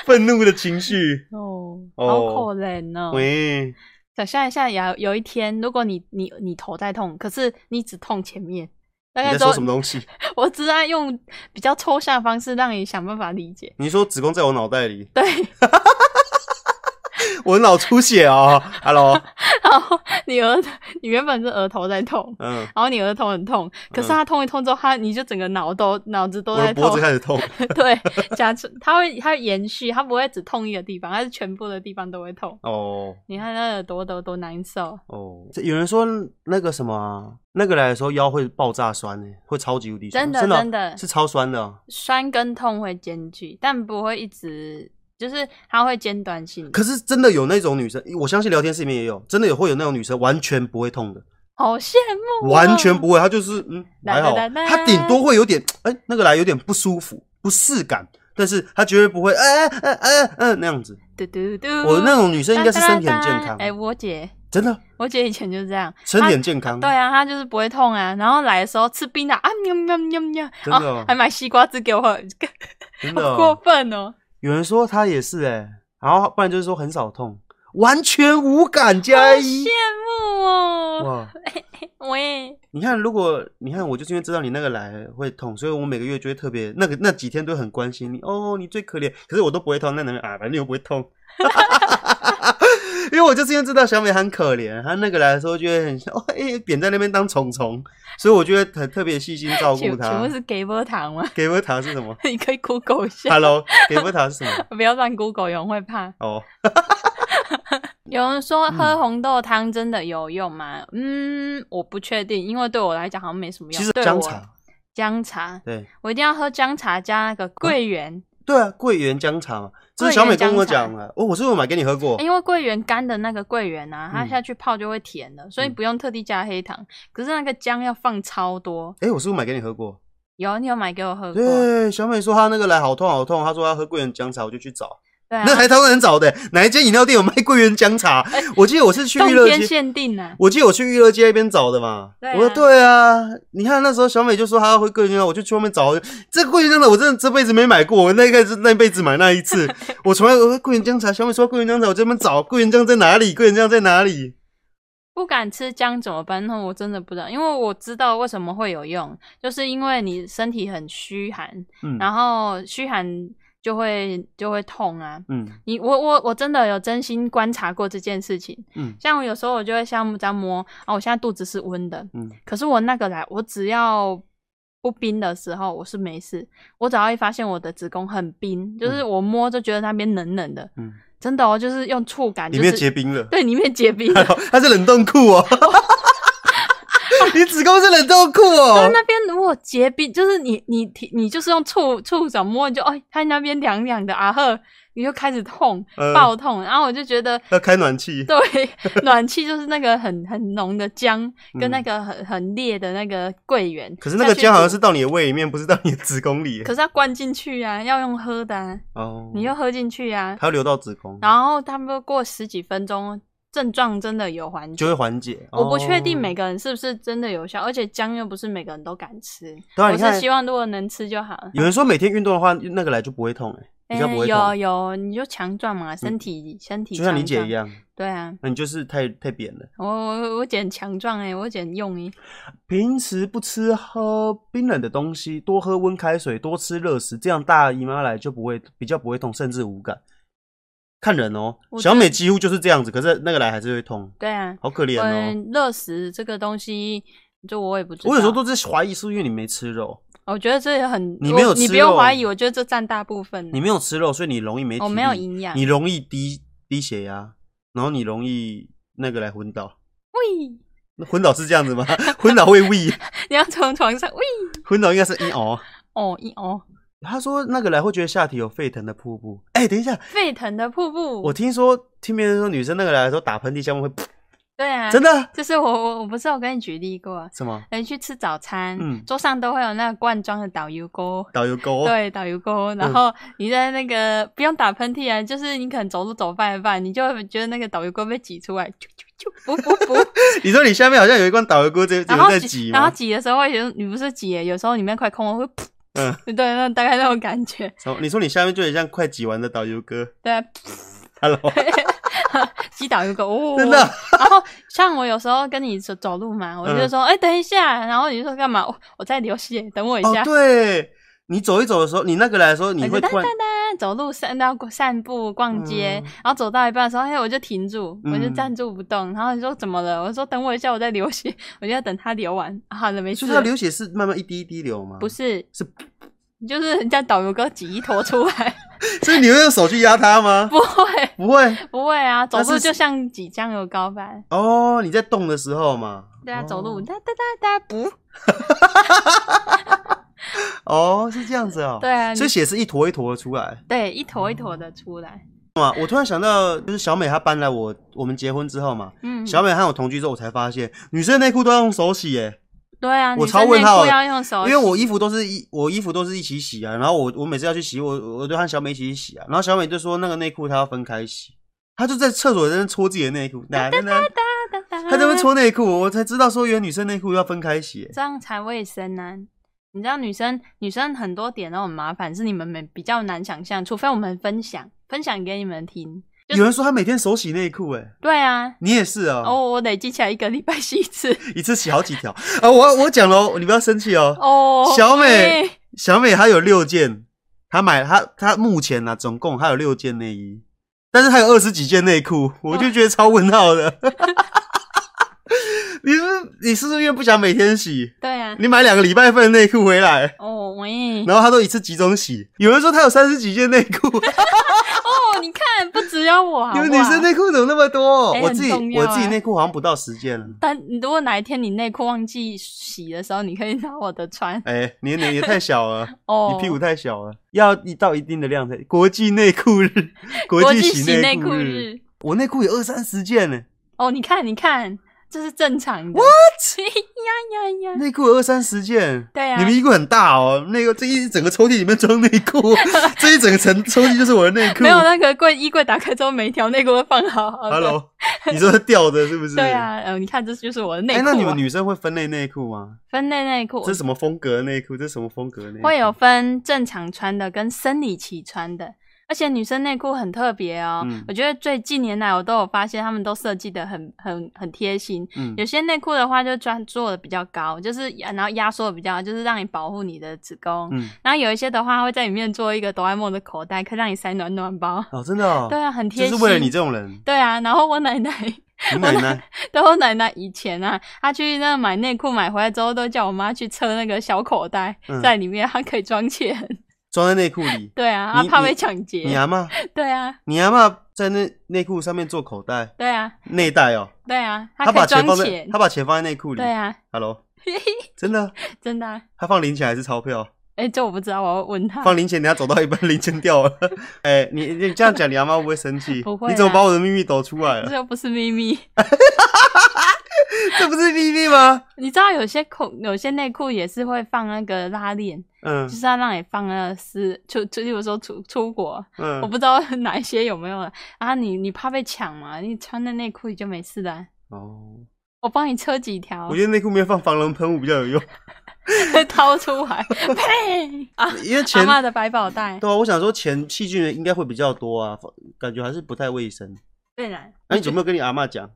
Speaker 2: 愤怒的情绪。
Speaker 1: 哦，
Speaker 2: 哦
Speaker 1: 好可怜哦。
Speaker 2: 喂，
Speaker 1: 想象一下，有有一天，如果你你你头在痛，可是你只痛前面，大概
Speaker 2: 你在
Speaker 1: 之
Speaker 2: 说
Speaker 1: 后
Speaker 2: 什么东西？
Speaker 1: 我只在用比较抽象的方式让你想办法理解。
Speaker 2: 你说子宫在我脑袋里，
Speaker 1: 对，
Speaker 2: 我脑出血哦，Hello，
Speaker 1: 然后你额头你原本是额头在痛，
Speaker 2: 嗯，
Speaker 1: 然后你额头很痛，可是它痛一痛之后，它你就整个脑都脑子都
Speaker 2: 我
Speaker 1: 在
Speaker 2: 的脖
Speaker 1: 痛
Speaker 2: 子。开始痛，
Speaker 1: 对，假设它会它会延续，它不会只痛一个地方，它是全部的地方都会痛。
Speaker 2: 哦
Speaker 1: 你看那耳朵都多难受，
Speaker 2: 哦，这有人说那个什么啊，那个来的时候腰会爆炸酸呢、会超级无敌酸，
Speaker 1: 真的
Speaker 2: 真的哦
Speaker 1: 真的
Speaker 2: 是超酸的啊。
Speaker 1: 酸跟痛会兼具，但不会一直，就是它会间断性的。
Speaker 2: 可是真的有那种女生，我相信聊天室里面也有，真的有会有那种女生完全不会痛的，
Speaker 1: 好羡慕哦、
Speaker 2: 完全不会，她就是嗯
Speaker 1: 哒
Speaker 2: 还好
Speaker 1: 哒，哒哒
Speaker 2: 她顶多会有点哎、那个来有点不舒服不适感，但是她绝对不会哎哎哎哎哎那样子。
Speaker 1: 嘟嘟嘟。
Speaker 2: 我那种女生应该是身体
Speaker 1: 哒
Speaker 2: 很健
Speaker 1: 哒哒
Speaker 2: 康
Speaker 1: 哒，哎，我姐，
Speaker 2: 真的
Speaker 1: 我姐以前就是这样，
Speaker 2: 身体很
Speaker 1: 她
Speaker 2: 健康，
Speaker 1: 对啊，她就是不会痛啊。然后来的时候吃冰的啊，喵喵喵喵，
Speaker 2: 真的哦
Speaker 1: 哦还买西瓜汁给我喝，
Speaker 2: 真 的
Speaker 1: 好
Speaker 2: 哦
Speaker 1: 过分哦。
Speaker 2: 有人说他也是哎、然后不然就是说很少痛，完全无感加一
Speaker 1: 羡。慕哦，
Speaker 2: 哇，
Speaker 1: 喂，
Speaker 2: 你看，如果你看，我就是因为知道你那个来会痛，所以我每个月就会特别那个那几天都很关心你哦，你最可怜，可是我都不会痛，那男人啊，反正又不会痛。 因为我就是因为知道小美很可怜，她那个来的时候就会很像哦，哎、扁在那边当虫虫，所以我就会很特别细心照顾
Speaker 1: 请请
Speaker 2: 她
Speaker 1: 问。是给波糖吗？
Speaker 2: 给波塔是什么
Speaker 1: 你可以 Google 一下，
Speaker 2: ？Hello，给波塔是什么？
Speaker 1: 不要乱 Google，有人会怕。
Speaker 2: 哦，
Speaker 1: 有人说
Speaker 2: 嗯
Speaker 1: 喝红豆汤真的有用吗？嗯，我不确定，因为对我来讲好像没什么用。
Speaker 2: 其实
Speaker 1: 对
Speaker 2: 姜
Speaker 1: 我
Speaker 2: 茶，
Speaker 1: 姜茶，
Speaker 2: 对，
Speaker 1: 我一定要喝姜茶加那个
Speaker 2: 嗯
Speaker 1: 桂圆，
Speaker 2: 对啊，桂圆姜茶嘛，这
Speaker 1: 桂
Speaker 2: 是
Speaker 1: 圆
Speaker 2: 小美跟我
Speaker 1: 姜茶哎
Speaker 2: 讲的。哦，我是不是有买给你喝过？
Speaker 1: 因为桂圆干的那个桂圆啊，它
Speaker 2: 嗯
Speaker 1: 下去泡就会甜的，所以
Speaker 2: 嗯
Speaker 1: 不用特地加黑糖。可是那个姜要放超多，
Speaker 2: 哎，我是不是买给你喝过？
Speaker 1: 有你有买给我喝过？
Speaker 2: 对，小美说她那个来好痛好痛，她说她喝桂圆姜茶，我就去找，
Speaker 1: 对啊，
Speaker 2: 那还超难找的。哪一间饮料店有卖桂圆 姜茶？我记得我是去
Speaker 1: 冬
Speaker 2: 娱乐
Speaker 1: 天
Speaker 2: 街，
Speaker 1: 限定啊，
Speaker 2: 我记得我去娱乐街那边找的嘛。
Speaker 1: 对啊
Speaker 2: 我说对啊，你看那时候小美就说她要喝桂圆姜茶，我就去外面找。这桂圆姜茶我真的这辈子没买过，我那个 是那辈子买那一次， 我从来我说桂圆姜茶。小美说桂圆姜茶，我这边找桂圆姜在哪里？桂圆姜在哪里？
Speaker 1: 不敢吃姜怎么办？那我真的不知道，因为我知道为什么会有用，就是因为你身体很虚寒，
Speaker 2: 嗯
Speaker 1: 然后虚寒就会就会痛啊。
Speaker 2: 嗯
Speaker 1: 你我我我真的有真心观察过这件事情，
Speaker 2: 嗯
Speaker 1: 像我有时候我就会像木章摸啊，我现在肚子是温的，
Speaker 2: 嗯，
Speaker 1: 可是我那个来，我只要不冰的时候我是没事，我只要一发现我的子宫很冰，就是我摸就觉得那边冷冷的，
Speaker 2: 嗯
Speaker 1: 真的哦，就是用触感，
Speaker 2: 里
Speaker 1: 就
Speaker 2: 面
Speaker 1: 是
Speaker 2: 结冰了。，
Speaker 1: 对里面结冰
Speaker 2: 它是冷冻库哦，你子宫是冷冻库
Speaker 1: 就是
Speaker 2: 哦，
Speaker 1: 那边如果结冰，就是你你提你就是用触触手摸，你就哎，它那边凉凉的啊呵，你就开始痛
Speaker 2: 嗯
Speaker 1: 爆痛，然后我就觉得
Speaker 2: 要开暖气。
Speaker 1: 对暖气就是那个很很浓的姜跟
Speaker 2: 嗯
Speaker 1: 那个很很烈的那个桂圆，
Speaker 2: 可是那个
Speaker 1: 下去
Speaker 2: 姜好像
Speaker 1: 煮
Speaker 2: 是，到你的胃里面，不是到你的子宫里
Speaker 1: 可。是要灌进去啊，要用喝的、啊，
Speaker 2: 哦，
Speaker 1: 你又喝进去啊，
Speaker 2: 它要流到子宫，
Speaker 1: 然后他们过十几分钟症状真的有缓解
Speaker 2: 就。会缓解。
Speaker 1: 我不确
Speaker 2: 哦
Speaker 1: 定每个人是不是真的有效，而且姜又不是每个人都敢吃。
Speaker 2: 对啊
Speaker 1: 我
Speaker 2: 你
Speaker 1: 是
Speaker 2: 看
Speaker 1: 希望如果能吃就好了。
Speaker 2: 有人说每天运动的话，那个来就不会痛，哎，比较
Speaker 1: 嗯
Speaker 2: 不会
Speaker 1: 有
Speaker 2: 痛，嗯
Speaker 1: 有，你就强壮嘛，身体、身体
Speaker 2: 就像你
Speaker 1: 强
Speaker 2: 姐
Speaker 1: 壮
Speaker 2: 一。样，
Speaker 1: 对啊，
Speaker 2: 那你就是太太扁了。
Speaker 1: 我我我减强壮哎、我减用哎、
Speaker 2: 平时不吃喝冰冷的东西，多喝温开水，多吃热食，这样大姨妈来就不会比较不会痛，甚至无感。看人哦，
Speaker 1: 我觉得
Speaker 2: 小美几乎就是这样子，可是那个来还是会痛，
Speaker 1: 对啊，
Speaker 2: 好可怜哦。
Speaker 1: 嗯，热食这个东西，就我也不知道。
Speaker 2: 我有时候都在怀疑是不是因为你没吃肉，
Speaker 1: 我觉得这也很
Speaker 2: 你
Speaker 1: 我
Speaker 2: 没有
Speaker 1: 你
Speaker 2: 吃
Speaker 1: 不用
Speaker 2: 肉
Speaker 1: 怀疑，我觉得这占大部分。
Speaker 2: 你没有吃肉，所以你容易没体
Speaker 1: 我
Speaker 2: 力
Speaker 1: 没有营养
Speaker 2: 你容易低低血压，然后你容易那个来昏倒。
Speaker 1: 喂，
Speaker 2: 那昏倒是这样子吗？ 昏倒会胃，
Speaker 1: 你要从床上喂
Speaker 2: 昏倒应该是一哦。
Speaker 1: 哦一哦，
Speaker 2: 他说那个来会觉得下体有沸腾的瀑布。哎、等一下，
Speaker 1: 沸腾的瀑布。
Speaker 2: 我听说听别人说女生那个来的时候打喷嚏，下面会噗
Speaker 1: 对啊，
Speaker 2: 真的
Speaker 1: 就是我我我不是有跟你举例过，啊
Speaker 2: 什么
Speaker 1: 人去吃早餐，
Speaker 2: 嗯
Speaker 1: 桌上都会有那个罐装的导游锅。
Speaker 2: 导游狗？
Speaker 1: 对，导游锅，然
Speaker 2: 哦嗯
Speaker 1: 后你在那个、不用打喷嚏啊，就是你可能走路走半一半，你就会觉得那个导游锅被挤出来，啾啾啾，不不 不，
Speaker 2: 你说你下面好像有一罐导游锅，这有
Speaker 1: 然后
Speaker 2: 在
Speaker 1: 挤
Speaker 2: 挤
Speaker 1: 然后
Speaker 2: 吗？
Speaker 1: 挤的时候会有，你不是挤，有时候里面快空了会 噗，
Speaker 2: 嗯
Speaker 1: 对，那大概那种感觉，
Speaker 2: 什么？你说你下面就很像快挤完的导游哥
Speaker 1: 对啊，
Speaker 2: ，Hello，
Speaker 1: 击倒一个哦，
Speaker 2: 真的。嗯
Speaker 1: 然后像我有时候跟你走走路嘛，我就说，哎、等一下，然后你就说干嘛？我我在流血，等我一
Speaker 2: 哦
Speaker 1: 下。，哎
Speaker 2: 对你走一走的时候，你那个来的时候，你
Speaker 1: 我
Speaker 2: 会
Speaker 1: 就
Speaker 2: 突然
Speaker 1: 哒哒哒走路散到散步逛街，
Speaker 2: 嗯
Speaker 1: 然后走到一半的时候，哎，我就停住，我就
Speaker 2: 嗯
Speaker 1: 站住不动。然后你说怎么了？我说等我一下，我在流血，我就要等他流完。啊好了，没
Speaker 2: 所
Speaker 1: 事
Speaker 2: 以
Speaker 1: 了。
Speaker 2: 它流血是慢慢一滴一滴流吗？
Speaker 1: 不，是
Speaker 2: 是，
Speaker 1: 就是人家导游给我挤一坨出来，
Speaker 2: 所以你会用手去压它吗？
Speaker 1: 不会
Speaker 2: 不会
Speaker 1: 不会啊，走
Speaker 2: 那是
Speaker 1: 路就像挤酱油膏般。
Speaker 2: 哦，你在动的时候嘛。
Speaker 1: 对啊，走路
Speaker 2: 哦
Speaker 1: 哒哒哒哒不，
Speaker 2: 哦，是这样子哦。
Speaker 1: 对啊，
Speaker 2: 所以血是一坨一坨的出来。
Speaker 1: 对一坨一坨的出来。
Speaker 2: 哇！我突然想到，就是小美她搬来我我们结婚之后嘛，
Speaker 1: 嗯，
Speaker 2: 小美和我同居之后，我才发现女生内裤都要用手洗耶，
Speaker 1: 对啊，
Speaker 2: 我
Speaker 1: 女
Speaker 2: 超
Speaker 1: 生
Speaker 2: 问
Speaker 1: 内
Speaker 2: 号
Speaker 1: 裤
Speaker 2: 的
Speaker 1: 要用手
Speaker 2: 因
Speaker 1: 洗，
Speaker 2: 为我衣服都是一我衣服都是一起洗啊，然后我我每次要去洗，我我就和小美一起洗啊，然后小美就说那个内裤她要分开洗，她就在厕所在那搓自己的内裤，哒哒
Speaker 1: 哒
Speaker 2: 哒，
Speaker 1: 哒
Speaker 2: 她在那搓内裤，我才知道说原来女生内裤要分开洗耶，
Speaker 1: 这样才卫生呢、你知道女生女生很多点都很麻烦，是你们没比较难想象，除非我们分享分享给你们听。
Speaker 2: 有人说她每天手洗内裤，哎，
Speaker 1: 对啊，
Speaker 2: 你也是哦，
Speaker 1: 哦，我累积起来一个礼拜洗一 次。
Speaker 2: 一次洗好几条啊，我我讲喽，你不要生气哦，
Speaker 1: 哦，
Speaker 2: 小美
Speaker 1: 哎
Speaker 2: 小美她有六件，她买她她目前呢、啊，总共她有六件内衣，但是她有二十几件内裤，我就觉得超问号的。 你是你是不是因为不想每天洗？
Speaker 1: 对啊，
Speaker 2: 你买两个礼拜份的内裤回来，
Speaker 1: 哦喂，
Speaker 2: 然后她都一次集中洗。有人说她有三十几件内 裤，
Speaker 1: 哦，你看不只有我好不
Speaker 2: 你
Speaker 1: 好，
Speaker 2: 们女生内裤怎么那么多？
Speaker 1: 哎
Speaker 2: 我自己、
Speaker 1: 很重要
Speaker 2: 我
Speaker 1: 啊
Speaker 2: 自己内裤好像不到十件了。
Speaker 1: 但如果哪一天你内裤忘记洗的时候，你可以拿我的穿
Speaker 2: 哎、你的脸也太小了，
Speaker 1: 哦。
Speaker 2: 你屁股太小了，要一到一定的量才。国际内裤日，国际洗
Speaker 1: 内
Speaker 2: 内
Speaker 1: 裤
Speaker 2: 裤日。我内裤有二三十件呢，
Speaker 1: 哦，你看，你看，这是正常的。What？呀呀呀！
Speaker 2: 内裤有二三十件。
Speaker 1: 对啊
Speaker 2: 你们衣柜很大哦，那个这一整个抽屉里面装内 裤，这一整个层抽屉就是我的内裤。
Speaker 1: 没有那个柜衣柜打开之后，每一条内裤都放好好的。
Speaker 2: Hello，你说掉的是不是？
Speaker 1: 对。啊，呃，你看，这就是我的内
Speaker 2: 哎、
Speaker 1: 裤、啊
Speaker 2: 那你们女生会分类内裤吗？
Speaker 1: 分类内裤
Speaker 2: 这是什么风格的内裤？这是什么风格的内裤？
Speaker 1: 会有分正常穿的跟生理期穿的，而且女生内裤很特别哦。
Speaker 2: 嗯
Speaker 1: 我觉得最近年来我都有发现，他们都设计的很很很贴心。
Speaker 2: 嗯
Speaker 1: 有些内裤的话，就专做的比较高，就是呃然后压缩的比较高，就是让你保护你的子宫。
Speaker 2: 嗯
Speaker 1: 然后有一些的话，会在里面做一个哆啦 A 梦的口袋，可以让你塞暖暖包。
Speaker 2: 哦，真的哦，
Speaker 1: 对啊，很贴
Speaker 2: 就
Speaker 1: 心。
Speaker 2: 是为了你这种人，
Speaker 1: 对啊，然后我奶奶，
Speaker 2: 你奶奶
Speaker 1: 然后我奶奶以前啊，她去那买内裤买回来之后，都叫我妈去测那个小口袋，
Speaker 2: 嗯
Speaker 1: 在里面她可以装钱。
Speaker 2: 装在内裤里，
Speaker 1: 对啊，她
Speaker 2: 你
Speaker 1: 怕
Speaker 2: 你
Speaker 1: 被抢劫。
Speaker 2: 你阿妈，
Speaker 1: 对啊，
Speaker 2: 你阿妈在内内裤上面做口袋
Speaker 1: 对啊，
Speaker 2: 内袋哦，
Speaker 1: 对啊，
Speaker 2: 她
Speaker 1: 她可
Speaker 2: 把
Speaker 1: 以
Speaker 2: 钱
Speaker 1: 装
Speaker 2: 放在
Speaker 1: 钱。
Speaker 2: 她把钱放在内裤里。
Speaker 1: 对啊，
Speaker 2: Hello，真的，哦
Speaker 1: 真的、啊。
Speaker 2: 她放零钱还是钞票？
Speaker 1: 哎、这我不知道，我要问她。
Speaker 2: 放零钱，等下走到一半零钱掉了。哎、你你这样讲，你阿妈会不会生气？
Speaker 1: 不会啦
Speaker 2: 你怎么把我的秘密抖出来
Speaker 1: 这
Speaker 2: 了？
Speaker 1: 又不是秘密。
Speaker 2: 这不是秘密吗？
Speaker 1: 你知道有些口有些内裤也是会放那个拉链，
Speaker 2: 嗯
Speaker 1: 就是要让你放那个丝，就就例如说出出国，我
Speaker 2: 嗯，
Speaker 1: 不知道 哪一些有没有啊？啊你你怕被抢嘛？你穿的内裤你就没事的啊、
Speaker 2: 哦，
Speaker 1: 我帮你车几条
Speaker 2: 我，觉得内裤里面放防狼喷雾比较有用，
Speaker 1: 掏出来，呸！ 啊，
Speaker 2: 因为
Speaker 1: 阿
Speaker 2: 钱
Speaker 1: 妈的百宝袋，
Speaker 2: 对啊，我想说钱细菌应该会比较多啊，感觉还是不太卫生。
Speaker 1: 对然。
Speaker 2: 那、你有没有跟你阿妈讲？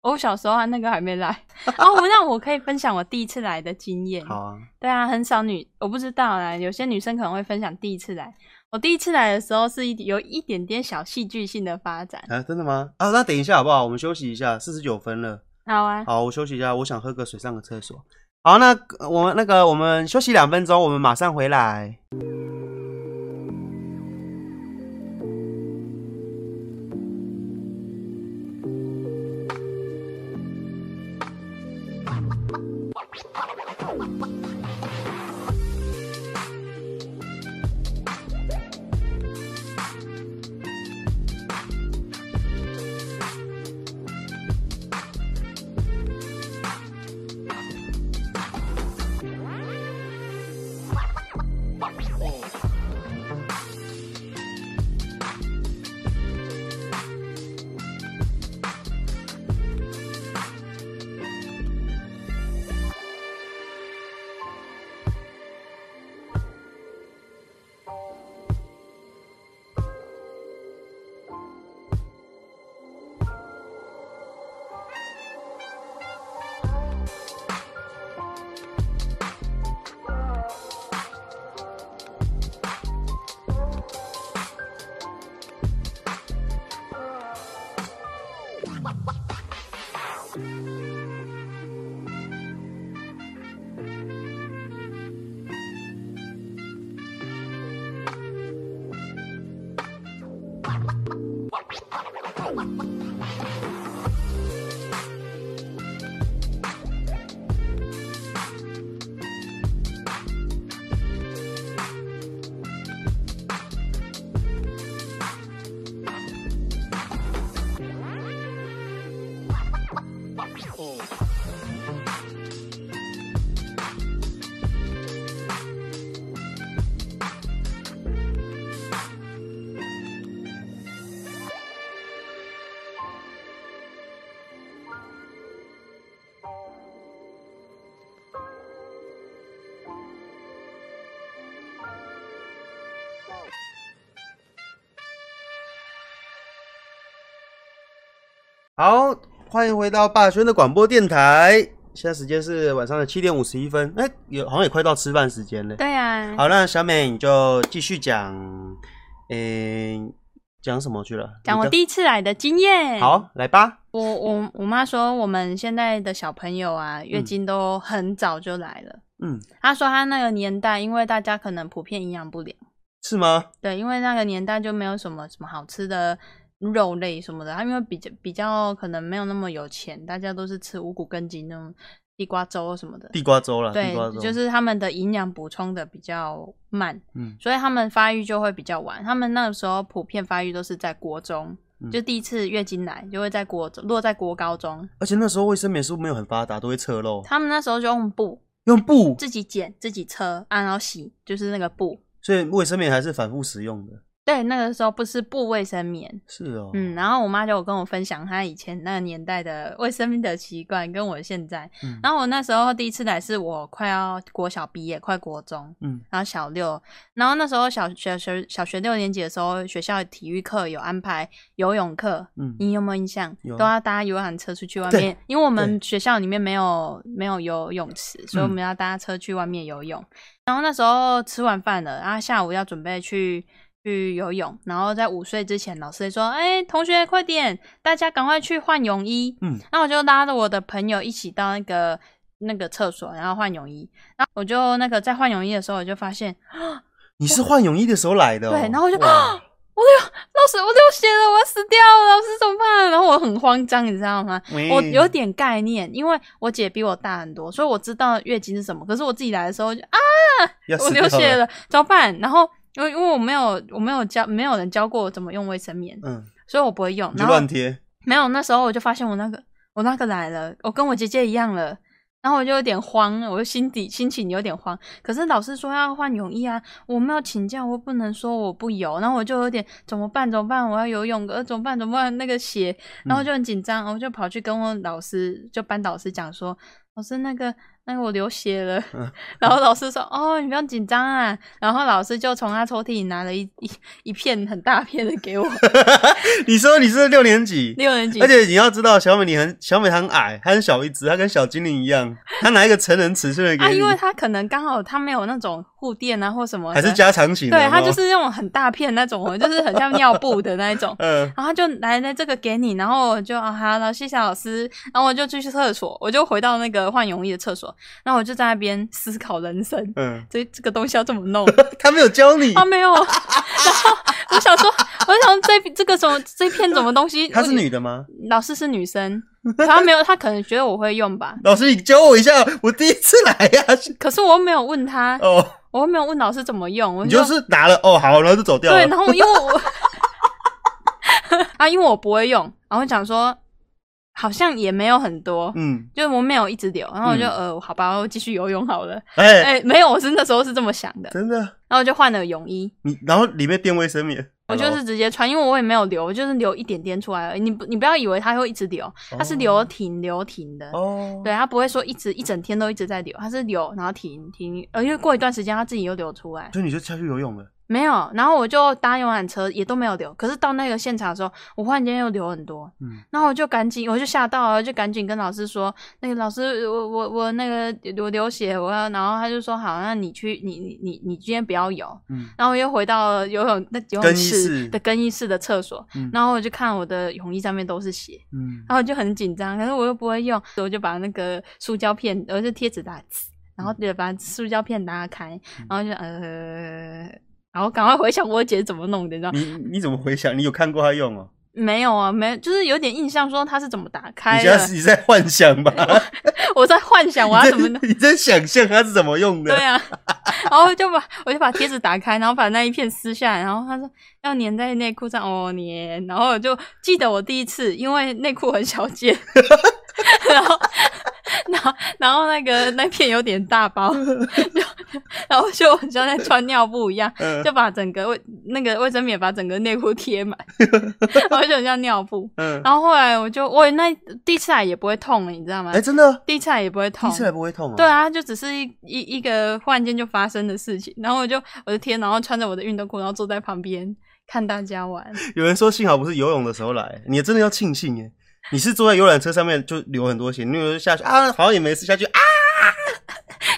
Speaker 1: 我小时候啊，那个还没 来哦，那我可以分享我第一次来的经验。
Speaker 2: 好啊，
Speaker 1: 对啊，很少女，我不知道啦，有些女生可能会分享第一次来。我第一次来的时候是一有一点点小戏剧性的发展。
Speaker 2: 啊，真的吗？啊，那等一下好不好？我们休息一下，四十九分了。
Speaker 1: 好啊，
Speaker 2: 好，我休息一下，我想喝个水，上个厕所。好，那呃我们那个我们休息两分钟，我们马上回来。
Speaker 3: Oh.
Speaker 2: 好，欢迎回到霸轩的广播电台。现在时间是晚上的七点五十一分，哎、有好像也快到吃饭时间了。
Speaker 1: 对啊呀、
Speaker 2: 好，那小美你就继续讲，诶、讲什么去了？
Speaker 1: 讲我
Speaker 2: 你
Speaker 1: 第一次来的经验。
Speaker 2: 刚，好，来吧。
Speaker 1: 我我我妈说我们现在的小朋友啊，月经都很早就来了。
Speaker 2: 嗯，
Speaker 1: 她说她那个年代，因为大家可能普遍营养不良，
Speaker 2: 是吗？
Speaker 1: 对，因为那个年代就没有什么什么好吃的肉类什么的，她因为比较比较可能没有那么有钱，大家都是吃五谷根茎那种地瓜粥什么的。
Speaker 2: 地瓜粥了，地
Speaker 1: 对
Speaker 2: 瓜粥，，
Speaker 1: 就是他们的营养补充的比较慢，
Speaker 2: 嗯
Speaker 1: 所以他们发育就会比较晚。他们那个时候普遍发育都是在国中，
Speaker 2: 嗯
Speaker 1: 就第一次月经来就会在国中，落在国高中。
Speaker 2: 而且那时候卫生棉是不是没有很发达，都会侧漏，
Speaker 1: 他们那时候就用布
Speaker 2: 用布，
Speaker 1: 自己剪、自己车，啊，然后洗，就是那个布。
Speaker 2: 所以卫生棉还是反复使用的。
Speaker 1: 对，那个时候不是布卫生棉，
Speaker 2: 是哦，
Speaker 1: 嗯，然后我妈就有跟我分享她以前那个年代的卫生棉的习惯，跟我现在。
Speaker 2: 嗯
Speaker 1: 然后我那时候第一次来是我快要国小毕业，快国中，
Speaker 2: 嗯
Speaker 1: 然后小六，然后那时候小学学小学六年级的时候，学校体育课有安排游泳课，
Speaker 2: 嗯，
Speaker 1: 你有没有印象？
Speaker 2: 有
Speaker 1: 都要搭游览车出去外
Speaker 2: 对
Speaker 1: 面，因为我们学校里面没有没有游泳池，
Speaker 2: 嗯
Speaker 1: 所以我们要搭车去外面游泳。然后那时候吃完饭了，然后下午要准备去去游泳，然后在午睡之前，老师会说：“哎、同学快点，大家赶快去换泳衣。”
Speaker 2: 嗯，
Speaker 1: 那我就拉着我的朋友一起到那个。那个厕所，然后换泳衣，然后我就那个在换泳衣的时候，我就发现
Speaker 2: 你是换泳衣的时候来的哦、
Speaker 1: 对，然后我就啊，
Speaker 2: 哇
Speaker 1: 我流老师，我流血了，我要死掉了，老师怎么办？然后我很慌张，你知道吗？
Speaker 2: 喂
Speaker 1: 我有点概念，因为我姐比我大很多，所以我知道月经是什么。可是我自己来的时候就 啊，
Speaker 2: 要
Speaker 1: 我
Speaker 2: 死
Speaker 1: 流
Speaker 2: 掉
Speaker 1: 血，了，怎么办？然后因为因为我没有我没有教没有人教过我怎么用卫生棉，
Speaker 2: 嗯，
Speaker 1: 所以我不会用。
Speaker 2: 你就
Speaker 1: 然后
Speaker 2: 乱贴，
Speaker 1: 没有，那时候我就发现我那个我那个来了，我跟我姐姐一样了。然后我就有点慌，我就心底心情有点慌。可是老师说要换泳衣啊，我没有请假，我不能说我不游。然后我就有点怎么办？怎么办？我要游泳，呃，怎么办？怎么办？那个血，然
Speaker 2: 嗯
Speaker 1: 后我就很紧张，我就跑去跟我老师，就班导师讲说，老师那个那个我流血了。
Speaker 2: 嗯
Speaker 1: 然后老师说，哦，你不要紧张啊。然后老师就从他抽屉里拿了一一一片很大片的 给我，
Speaker 2: 你说你是六年级，
Speaker 1: 六人级
Speaker 2: 而且你要知道，小美你很小美她很矮，她很小一只，她跟小精灵一样，她拿一个成人尺寸的给
Speaker 1: 啊，
Speaker 2: 你，
Speaker 1: 因为它可能刚好它没有那种护垫啊或什么的，
Speaker 2: 还是加长型的，哦
Speaker 1: 对，它
Speaker 2: 有没
Speaker 1: 就
Speaker 2: 有。
Speaker 1: 是那种很大片那种，我就是很像尿布的那一种
Speaker 2: 呃，
Speaker 1: 然后就来了这个给你，然后我就啊好，然后谢谢老师，然后我就去厕所，我就回到那个换泳衣的厕所，然后我就在那边思考人生，
Speaker 2: 嗯，
Speaker 1: 这这个东西要怎么弄？
Speaker 2: 她没有教你
Speaker 1: 啊，，没有，然后我想说，我想这这个什么这片什么东西，
Speaker 2: 她是
Speaker 1: 我
Speaker 2: 女的吗？
Speaker 1: 老师是女生，她没有，她可能觉得我会用吧，
Speaker 2: 老师，你教我一下，我第一次来呀、
Speaker 1: 可是我又没有问她，
Speaker 2: 哦，
Speaker 1: 我又没有问老师怎么用，我
Speaker 2: 你就是拿了哦，好，然后就走掉
Speaker 1: 对，
Speaker 2: 了
Speaker 1: 然。后因为我 啊，因为我不会用，然后讲说好像也没有很多，
Speaker 2: 嗯，
Speaker 1: 就是我没有一直流，然后我就、
Speaker 2: 嗯
Speaker 1: 呃，好吧，我继续游泳好了。
Speaker 2: 哎、
Speaker 1: 哎、没有，我是那时候是这么想的，
Speaker 2: 真的，
Speaker 1: 然后我就换了泳衣，
Speaker 2: 你然后里面垫卫生棉，
Speaker 1: 我就是直接穿，因为我也没有流，我就是流一点点出来而已。你不，你不要以为它会一直流，它是流停流停的。
Speaker 2: 哦，
Speaker 1: 对，它不会说一直一整天都一直在流，它是流然后停停，呃，因为过一段时间它自己又流出来。
Speaker 2: 所以你就下去游泳了，
Speaker 1: 没有，然后我就搭游览车也都没有流，可是到那个现场的时候，我忽然间又流很多，
Speaker 2: 嗯，
Speaker 1: 然后我就赶紧，我就吓到了，就赶紧跟老师说，那个老师，我我我那个我流血，我要，然后他就说好，那你去，你你你你今天不要游，
Speaker 2: 嗯，
Speaker 1: 然后我又回到了游泳那游
Speaker 2: 更
Speaker 1: 泳
Speaker 2: 衣
Speaker 1: 池
Speaker 2: 室
Speaker 1: 的更衣室的厕所，
Speaker 2: 嗯
Speaker 1: 然后我就看我的泳衣上面都是血，
Speaker 2: 嗯，
Speaker 1: 然后我就很紧张，可是我又不会用，所以我就把那个塑胶片，我就贴纸打，呲然
Speaker 2: 嗯
Speaker 1: 后就把塑胶片拉开，然后就呃，然后赶快回想我姐怎么弄的，你知道吗？
Speaker 2: 你你怎么回想？你有看过他用哦？
Speaker 1: 没有啊，没有，就是有点印象说她是怎么打
Speaker 2: 你
Speaker 1: 开
Speaker 2: 现
Speaker 1: 的
Speaker 2: 在，是你在幻想吧？
Speaker 1: 我在幻想我要啊怎么弄。
Speaker 2: 你在想象他是怎么用
Speaker 1: 对
Speaker 2: 的？
Speaker 1: 啊， 然后就把我就把贴纸打开，然后把那一片撕下来，然后他说要粘在内裤上，哦粘，然后我就记得我第一次，因为内裤很小件， 然后 然后然后那个那片有点大包， 就然后就很像在穿尿布一样，
Speaker 2: 嗯
Speaker 1: 就把整个卫那个卫生棉把整个内裤贴 满，然后就很像尿布。
Speaker 2: 嗯，
Speaker 1: 然后后来我就我那第一次来也不会痛了，你知道吗
Speaker 2: 哎，？真的，
Speaker 1: 第一次来也不会
Speaker 2: 第
Speaker 1: 痛
Speaker 2: 一，次还不会痛啊？
Speaker 1: 对，啊，它就只是一一一个忽然间就发生的事情，然后我就我的天，然后穿着我的运动裤，然后坐在旁边看大家玩，
Speaker 2: 有人说幸好不是游泳的时候来，你真的要庆幸耶！你是坐在游览车上面就流很多血，你有下去啊，好像也没事下去啊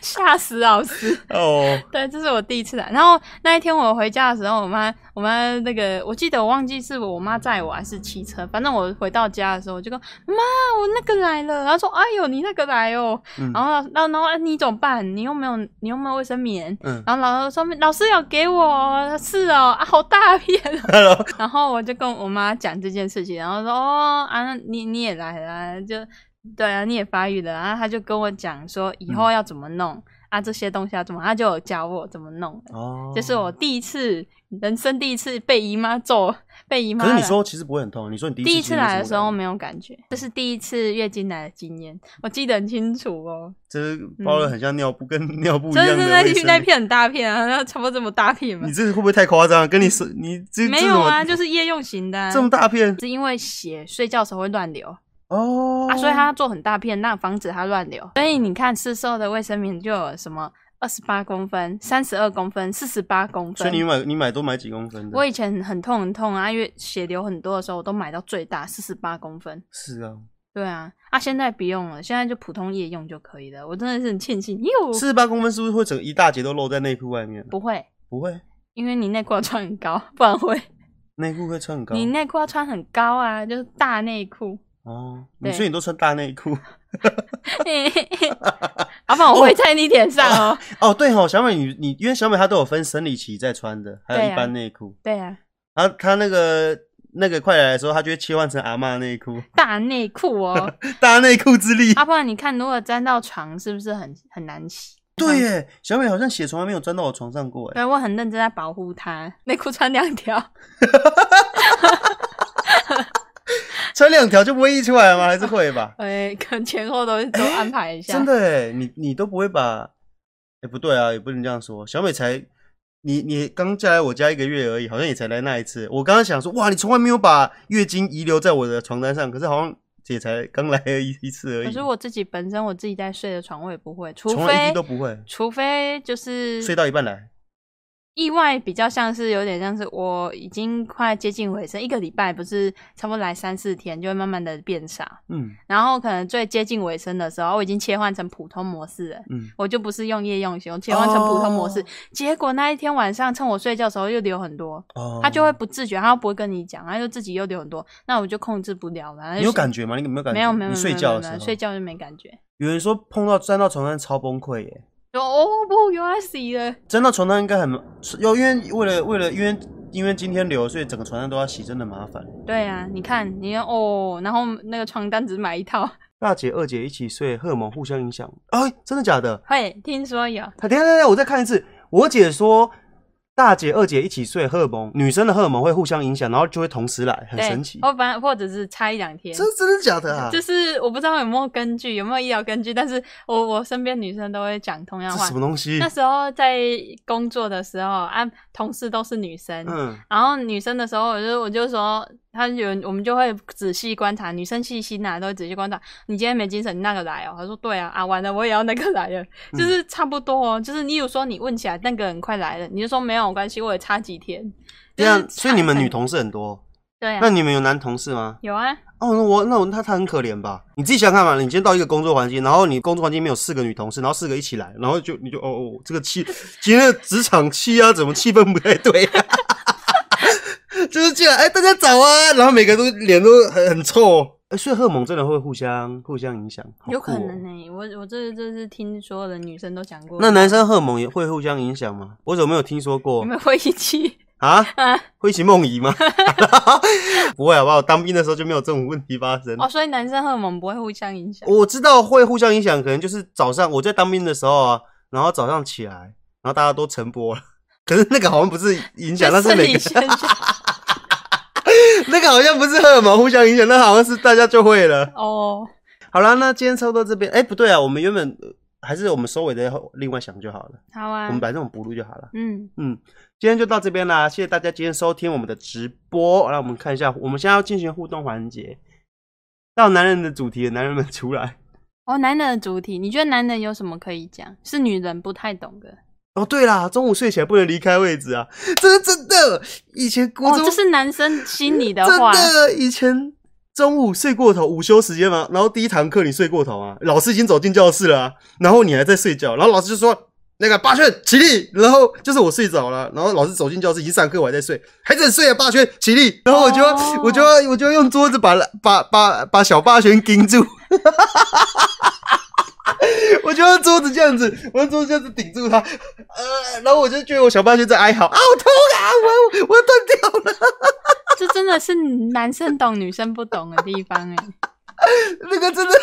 Speaker 1: 吓死老师。
Speaker 2: 哦，
Speaker 1: 对，这是我第一次来。然后那一天我回家的时候，我妈我妈那个，我记得我忘记是我妈载我还是骑车，反正我回到家的时候，我就跟妈我那个来了，然后说哎呦你那个来哦，
Speaker 2: 嗯
Speaker 1: 然后然后然后啊你怎么办？你又没有你又没有卫生棉。
Speaker 2: 嗯，
Speaker 1: 然后老师说：“老师要给我哦，是哦，啊，好大片哦。”
Speaker 2: 然后
Speaker 1: 然后我就跟我妈讲这件事情，然后说哦啊，你你也来了啊，就对啊，你也发育了啊，然后她就跟我讲说以
Speaker 2: 嗯
Speaker 1: 后要怎么弄、啊，这些东西要怎么，她就有教我怎么弄。
Speaker 2: 哦，
Speaker 1: 这是我第一次，人生第一次被姨妈揍，被姨妈
Speaker 2: 可
Speaker 1: 来。
Speaker 2: 是你说其实不会很痛，你说你第一次
Speaker 1: 第一次来的时候
Speaker 2: 没，
Speaker 1: 没有感觉，这是第一次月经来的经验，我记得很清楚哦。
Speaker 2: 这是包了很像尿布跟尿布一
Speaker 1: 嗯真
Speaker 2: 样的
Speaker 1: 的是那
Speaker 2: 卫生
Speaker 1: 那片很大片啊，那差不多这么大片嘛
Speaker 2: 你。这会不会太夸张？啊跟你说，你这
Speaker 1: 没有啊，，就是夜用型的、啊
Speaker 2: 这什么这么大片
Speaker 1: 是因为血睡觉的时候会乱流，
Speaker 2: 哦
Speaker 1: 啊，所以它做很大片，那防止它乱流。所以你看，市售的卫生棉就有什么二十八公分、三十二公分、四十八公
Speaker 2: 所以你
Speaker 1: 分。
Speaker 2: 买你买多买几公分的？
Speaker 1: 我以前很痛很痛啊，因为血流很多的时候，我都买到最大四十八公分。
Speaker 2: 是啊，
Speaker 1: 对啊，啊，现在不用了，现在就普通夜用就可以了。我真的是很庆幸，哟，
Speaker 2: 四十八公分是不是会整个一大截都露在内裤外面？啊
Speaker 1: 不会，
Speaker 2: 不会，
Speaker 1: 因为你内裤要穿很高， 不然会。
Speaker 2: 内裤会穿很高。
Speaker 1: 你内裤要穿很高啊，就是大内 裤，
Speaker 2: 哦，
Speaker 1: 对
Speaker 2: 你所以你都穿大内裤
Speaker 1: 老板，啊我会在你脸上 哦。
Speaker 2: 哦？对哦，小美你你因为小美她都有分生理期在穿的，还
Speaker 1: 对
Speaker 2: 有
Speaker 1: 啊
Speaker 2: 一般内裤。
Speaker 1: 对啊，
Speaker 2: 她她那个那个快来的时候，她就会切换成阿嬷内裤，
Speaker 1: 大内裤哦。
Speaker 2: 大内裤之力。
Speaker 1: 啊，不然你看，如果沾到床，是不是很很难洗？
Speaker 2: 对耶，小美好像血从来没有钻到我床上过哎。
Speaker 1: 对，我啊很认真在保护它， 内裤穿两条，
Speaker 2: 穿两条就不会溢出来了吗？还是会吧？
Speaker 1: 哎，可能前后都都安排一下。
Speaker 2: 真，的哎，你你都不会把，哎、不对啊，也不能这样说。小美才，你你刚嫁来我家一个月而已，好像也才来那一次。我刚刚想说，哇，你从来没有把月经遗留在我的床单上，可是好像也才刚来一一次而已。
Speaker 1: 可是我自己本身我自己在睡的床，我也不会，除
Speaker 2: 从来一
Speaker 1: 非
Speaker 2: 滴都不会，
Speaker 1: 除非就是
Speaker 2: 睡到一半来。
Speaker 1: 意外，比较像是有点像是我已经快接近尾声，一个礼拜不是差不多来三四天就会慢慢的变少，
Speaker 2: 嗯
Speaker 1: 然后可能最接近尾声的时候，我已经切换成普通模式了。
Speaker 2: 嗯，
Speaker 1: 我就不是用夜用型，我切换成普通模式。
Speaker 2: 哦
Speaker 1: 结果那一天晚上，趁我睡觉的时候又流很多，
Speaker 2: 哦，
Speaker 1: 他就会不自觉，他不会跟你讲，他就自己又流很多，那我就控制不了了。
Speaker 2: 你有感
Speaker 1: 觉？
Speaker 2: 觉吗？你有没有感觉？
Speaker 1: 没有没有没有
Speaker 2: 你睡觉
Speaker 1: 没
Speaker 2: 的
Speaker 1: 有
Speaker 2: 时
Speaker 1: 没
Speaker 2: 候，
Speaker 1: 有睡觉就没感觉，
Speaker 2: 有人说碰到站到床单超崩溃耶。
Speaker 1: 就哦不，原来死了。
Speaker 2: 真的床单应该很，要因为为了为了因为因为今天流，所以整个床单都要洗，真的麻烦。
Speaker 1: 对啊，你看，你看哦，然后那个床单只买一套，
Speaker 2: 大姐二姐一起睡，荷尔蒙互相影响。哎、真的假的？
Speaker 1: 会听说有，
Speaker 2: 她等一下等一下，我再看一次。我姐说，大姐二姐一起睡，荷尔蒙女生的荷尔蒙会互相影响，然后就会同时来，很
Speaker 1: 对
Speaker 2: 神奇。
Speaker 1: 或反或者是差一两天。
Speaker 2: 这真的假的啊？
Speaker 1: 就、是我不知道有没有根据，有没有医疗根据，但是我我身边女生都会讲同样
Speaker 2: 这
Speaker 1: 的话
Speaker 2: 什，么东西
Speaker 1: 那？时候在工作的时候，啊，同事都是女生，
Speaker 2: 嗯，
Speaker 1: 然后女生的时候，我就我就说，他有我们就会仔细观察，女生细心呐、啊都会仔细观察。你今天没精神，你那个来哦。他说对啊，啊完了我也要那个来 了，就是差不多哦。就是你有说你问起来那个人快来了，你就说没有关系，我也差几天。
Speaker 2: 这
Speaker 1: 就是
Speaker 2: 样，啊所以你们
Speaker 1: 差
Speaker 2: 女同事很多，
Speaker 1: 对啊
Speaker 2: 那，你们有男同事吗？
Speaker 1: 有啊，
Speaker 2: 哦，那我那我那他很可怜吧？你自己想想看嘛，你今天到一个工作环境，然后你工作环境里面有四个女同事，然后四个一起来，然后就你就哦哦，这个气，今天的职场气啊，怎么气氛不太对、啊？ 就是进来，哎，大家早啊，然后每个都脸都很很臭，哎，所以荷尔蒙真的会互相互相影响，好
Speaker 1: 有可
Speaker 2: 酷哦
Speaker 1: 能呢、欸我我这这是听所有的女生都讲过，
Speaker 2: 那男生荷尔蒙也会互相影响吗？我怎么没有听说过
Speaker 1: 你们会一 起
Speaker 2: 啊？
Speaker 1: 啊？
Speaker 2: 会一起梦遗吗？ 不会好不好？当兵的时候就没有这种问题发生。
Speaker 1: 哦，所以男生荷尔蒙不会互相影响。
Speaker 2: 我知道会互相影响，可能就是早上我在当兵的时候啊，然后早上起来，然后大家都晨勃了。 可是那个好像不是影响，
Speaker 1: 这
Speaker 2: 那是
Speaker 1: 生
Speaker 2: 每
Speaker 1: 理
Speaker 2: 个
Speaker 1: 现象
Speaker 2: 那个好像不是荷尔蒙互相影响，那好像是大家就会了。
Speaker 1: 哦。
Speaker 2: 好啦，那今天差不多这边，哎、不对啊，我们原本呃还是我们收尾的后另外想就好了，
Speaker 1: 好啊
Speaker 2: 我，们把这种补录就好了。
Speaker 1: 嗯，
Speaker 2: 嗯，今天就到这边啦，谢谢大家今天收听我们的直播。让我们看一下，我们现在要进行互动环节，到男人的主题，男人们出来。
Speaker 1: 哦，男人的主题，你觉得男人有什么可以讲？是女人不太懂的
Speaker 2: 哦，对啦，中午睡起来不能离开位置啊，这是真的。以前国
Speaker 1: 哦，
Speaker 2: 中、
Speaker 1: 这是男生心里的
Speaker 2: 真
Speaker 1: 话。
Speaker 2: 的，以前中午睡过头，午休时间嘛，然后第一堂课你睡过头啊，老师已经走进教室了啊、然后你还在睡觉，然后老师就说。那个八圈起立，然后就是我睡着了，然后老师走进教室，已经上课，我还在睡，还在睡啊！八圈起立，然后我就要、
Speaker 1: 哦
Speaker 2: 我就要我就要用桌子把把把把小八圈盯住， 我就用桌子这样子，我用桌子这样子顶住他，呃，然后我就觉得我小八圈在哀嚎啊，我痛啊，我我要断掉了。
Speaker 1: 这真的是男生懂女生不懂的地方哎、
Speaker 2: 那个真的，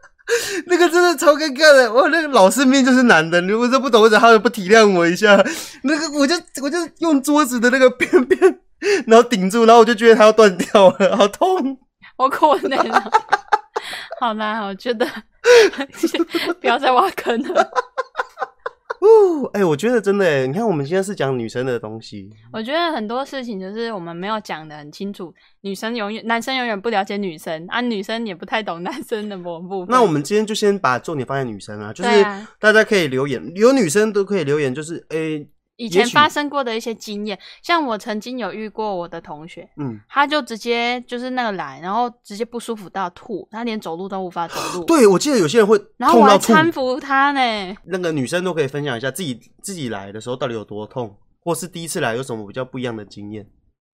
Speaker 2: 那个真的超尴尬的。我那个老师面就是男的，你我都不懂，为什么他们不体谅我一下？那个我就我就用桌子的那个边边，然后顶住，然后我就觉得他要断掉了，好痛。
Speaker 1: 我困累了。好啦，我觉得 不要再挖坑了。
Speaker 2: 呜， 哎、我觉得真的、哎，你看我们现在是讲女生的东西，
Speaker 1: 我觉得很多事情就是我们没有讲的很清楚，女生永远男生永远不了解女生啊，女生也不太懂男生的某部分。
Speaker 2: 那我们今天就先把重点放在女生啊，就是
Speaker 1: 对啊
Speaker 2: 大家可以留言，有女生都可以留言，就是哎、
Speaker 1: 以
Speaker 2: 也
Speaker 1: 前
Speaker 2: 许
Speaker 1: 发生过的一些经验，像我曾经有遇过我的同学，
Speaker 2: 嗯，
Speaker 1: 他就直接就是那个来，然后直接不舒服到吐，他连走路都无法走路。，
Speaker 2: 对我记得有些人会
Speaker 1: 然后
Speaker 2: 痛
Speaker 1: 我还
Speaker 2: 到吐。
Speaker 1: 搀扶他呢。
Speaker 2: 那个女生都可以分享一下自己自己来的时候到底有多痛，或是第一次来有什么比较不一样的经验，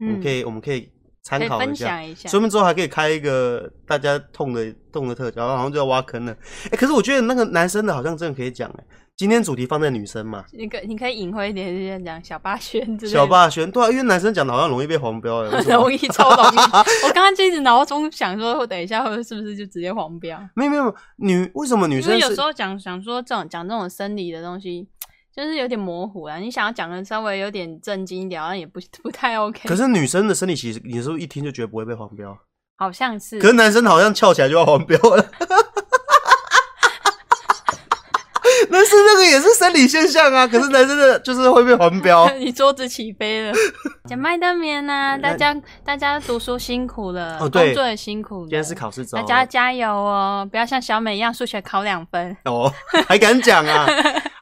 Speaker 2: 我
Speaker 1: 嗯，
Speaker 2: 们可以我们可以参考
Speaker 1: 可以
Speaker 2: 一
Speaker 1: 分
Speaker 2: 下。
Speaker 1: 享一下
Speaker 2: 说。不定之后还可以开一个大家痛的痛的特辑，然后好像就要挖坑了。哎、可是我觉得那个男生的好像真的可以讲哎、今天主题放在女生嘛，
Speaker 1: 你可你可以隐晦一点，就像讲小八轩之类的。
Speaker 2: 小霸轩对啊，因为男生讲的好像容易被黄标哎、为
Speaker 1: 很
Speaker 2: 什 么
Speaker 1: 容易超容易。我刚刚就一直脑中想说，我等一下会是不是就直接黄标？
Speaker 2: 没有没有没有女为什么女
Speaker 1: 因为
Speaker 2: 生
Speaker 1: 有
Speaker 2: 是
Speaker 1: 时候讲想说这种讲这种生理的东西，就是有点模糊啊。你想要讲的稍微有点震惊一点，好像也不不太 OK。
Speaker 2: 可是女生的生理期，你是不是一听就觉得不会被黄标？
Speaker 1: 好像是
Speaker 2: 可是男生好像翘起来就要黄标了。 男生那个也是生理现象啊，可是男生的就是会被黄
Speaker 1: 。
Speaker 2: 标
Speaker 1: 你桌子起 飞了，讲麦当棉呐，大家大家读书辛苦了，
Speaker 2: 哦对
Speaker 1: 工作也辛苦了，
Speaker 2: 今天是考试周啊
Speaker 1: 大，哦家加油哦，不要像小美一样数学考两分。
Speaker 2: 哦，还敢讲啊？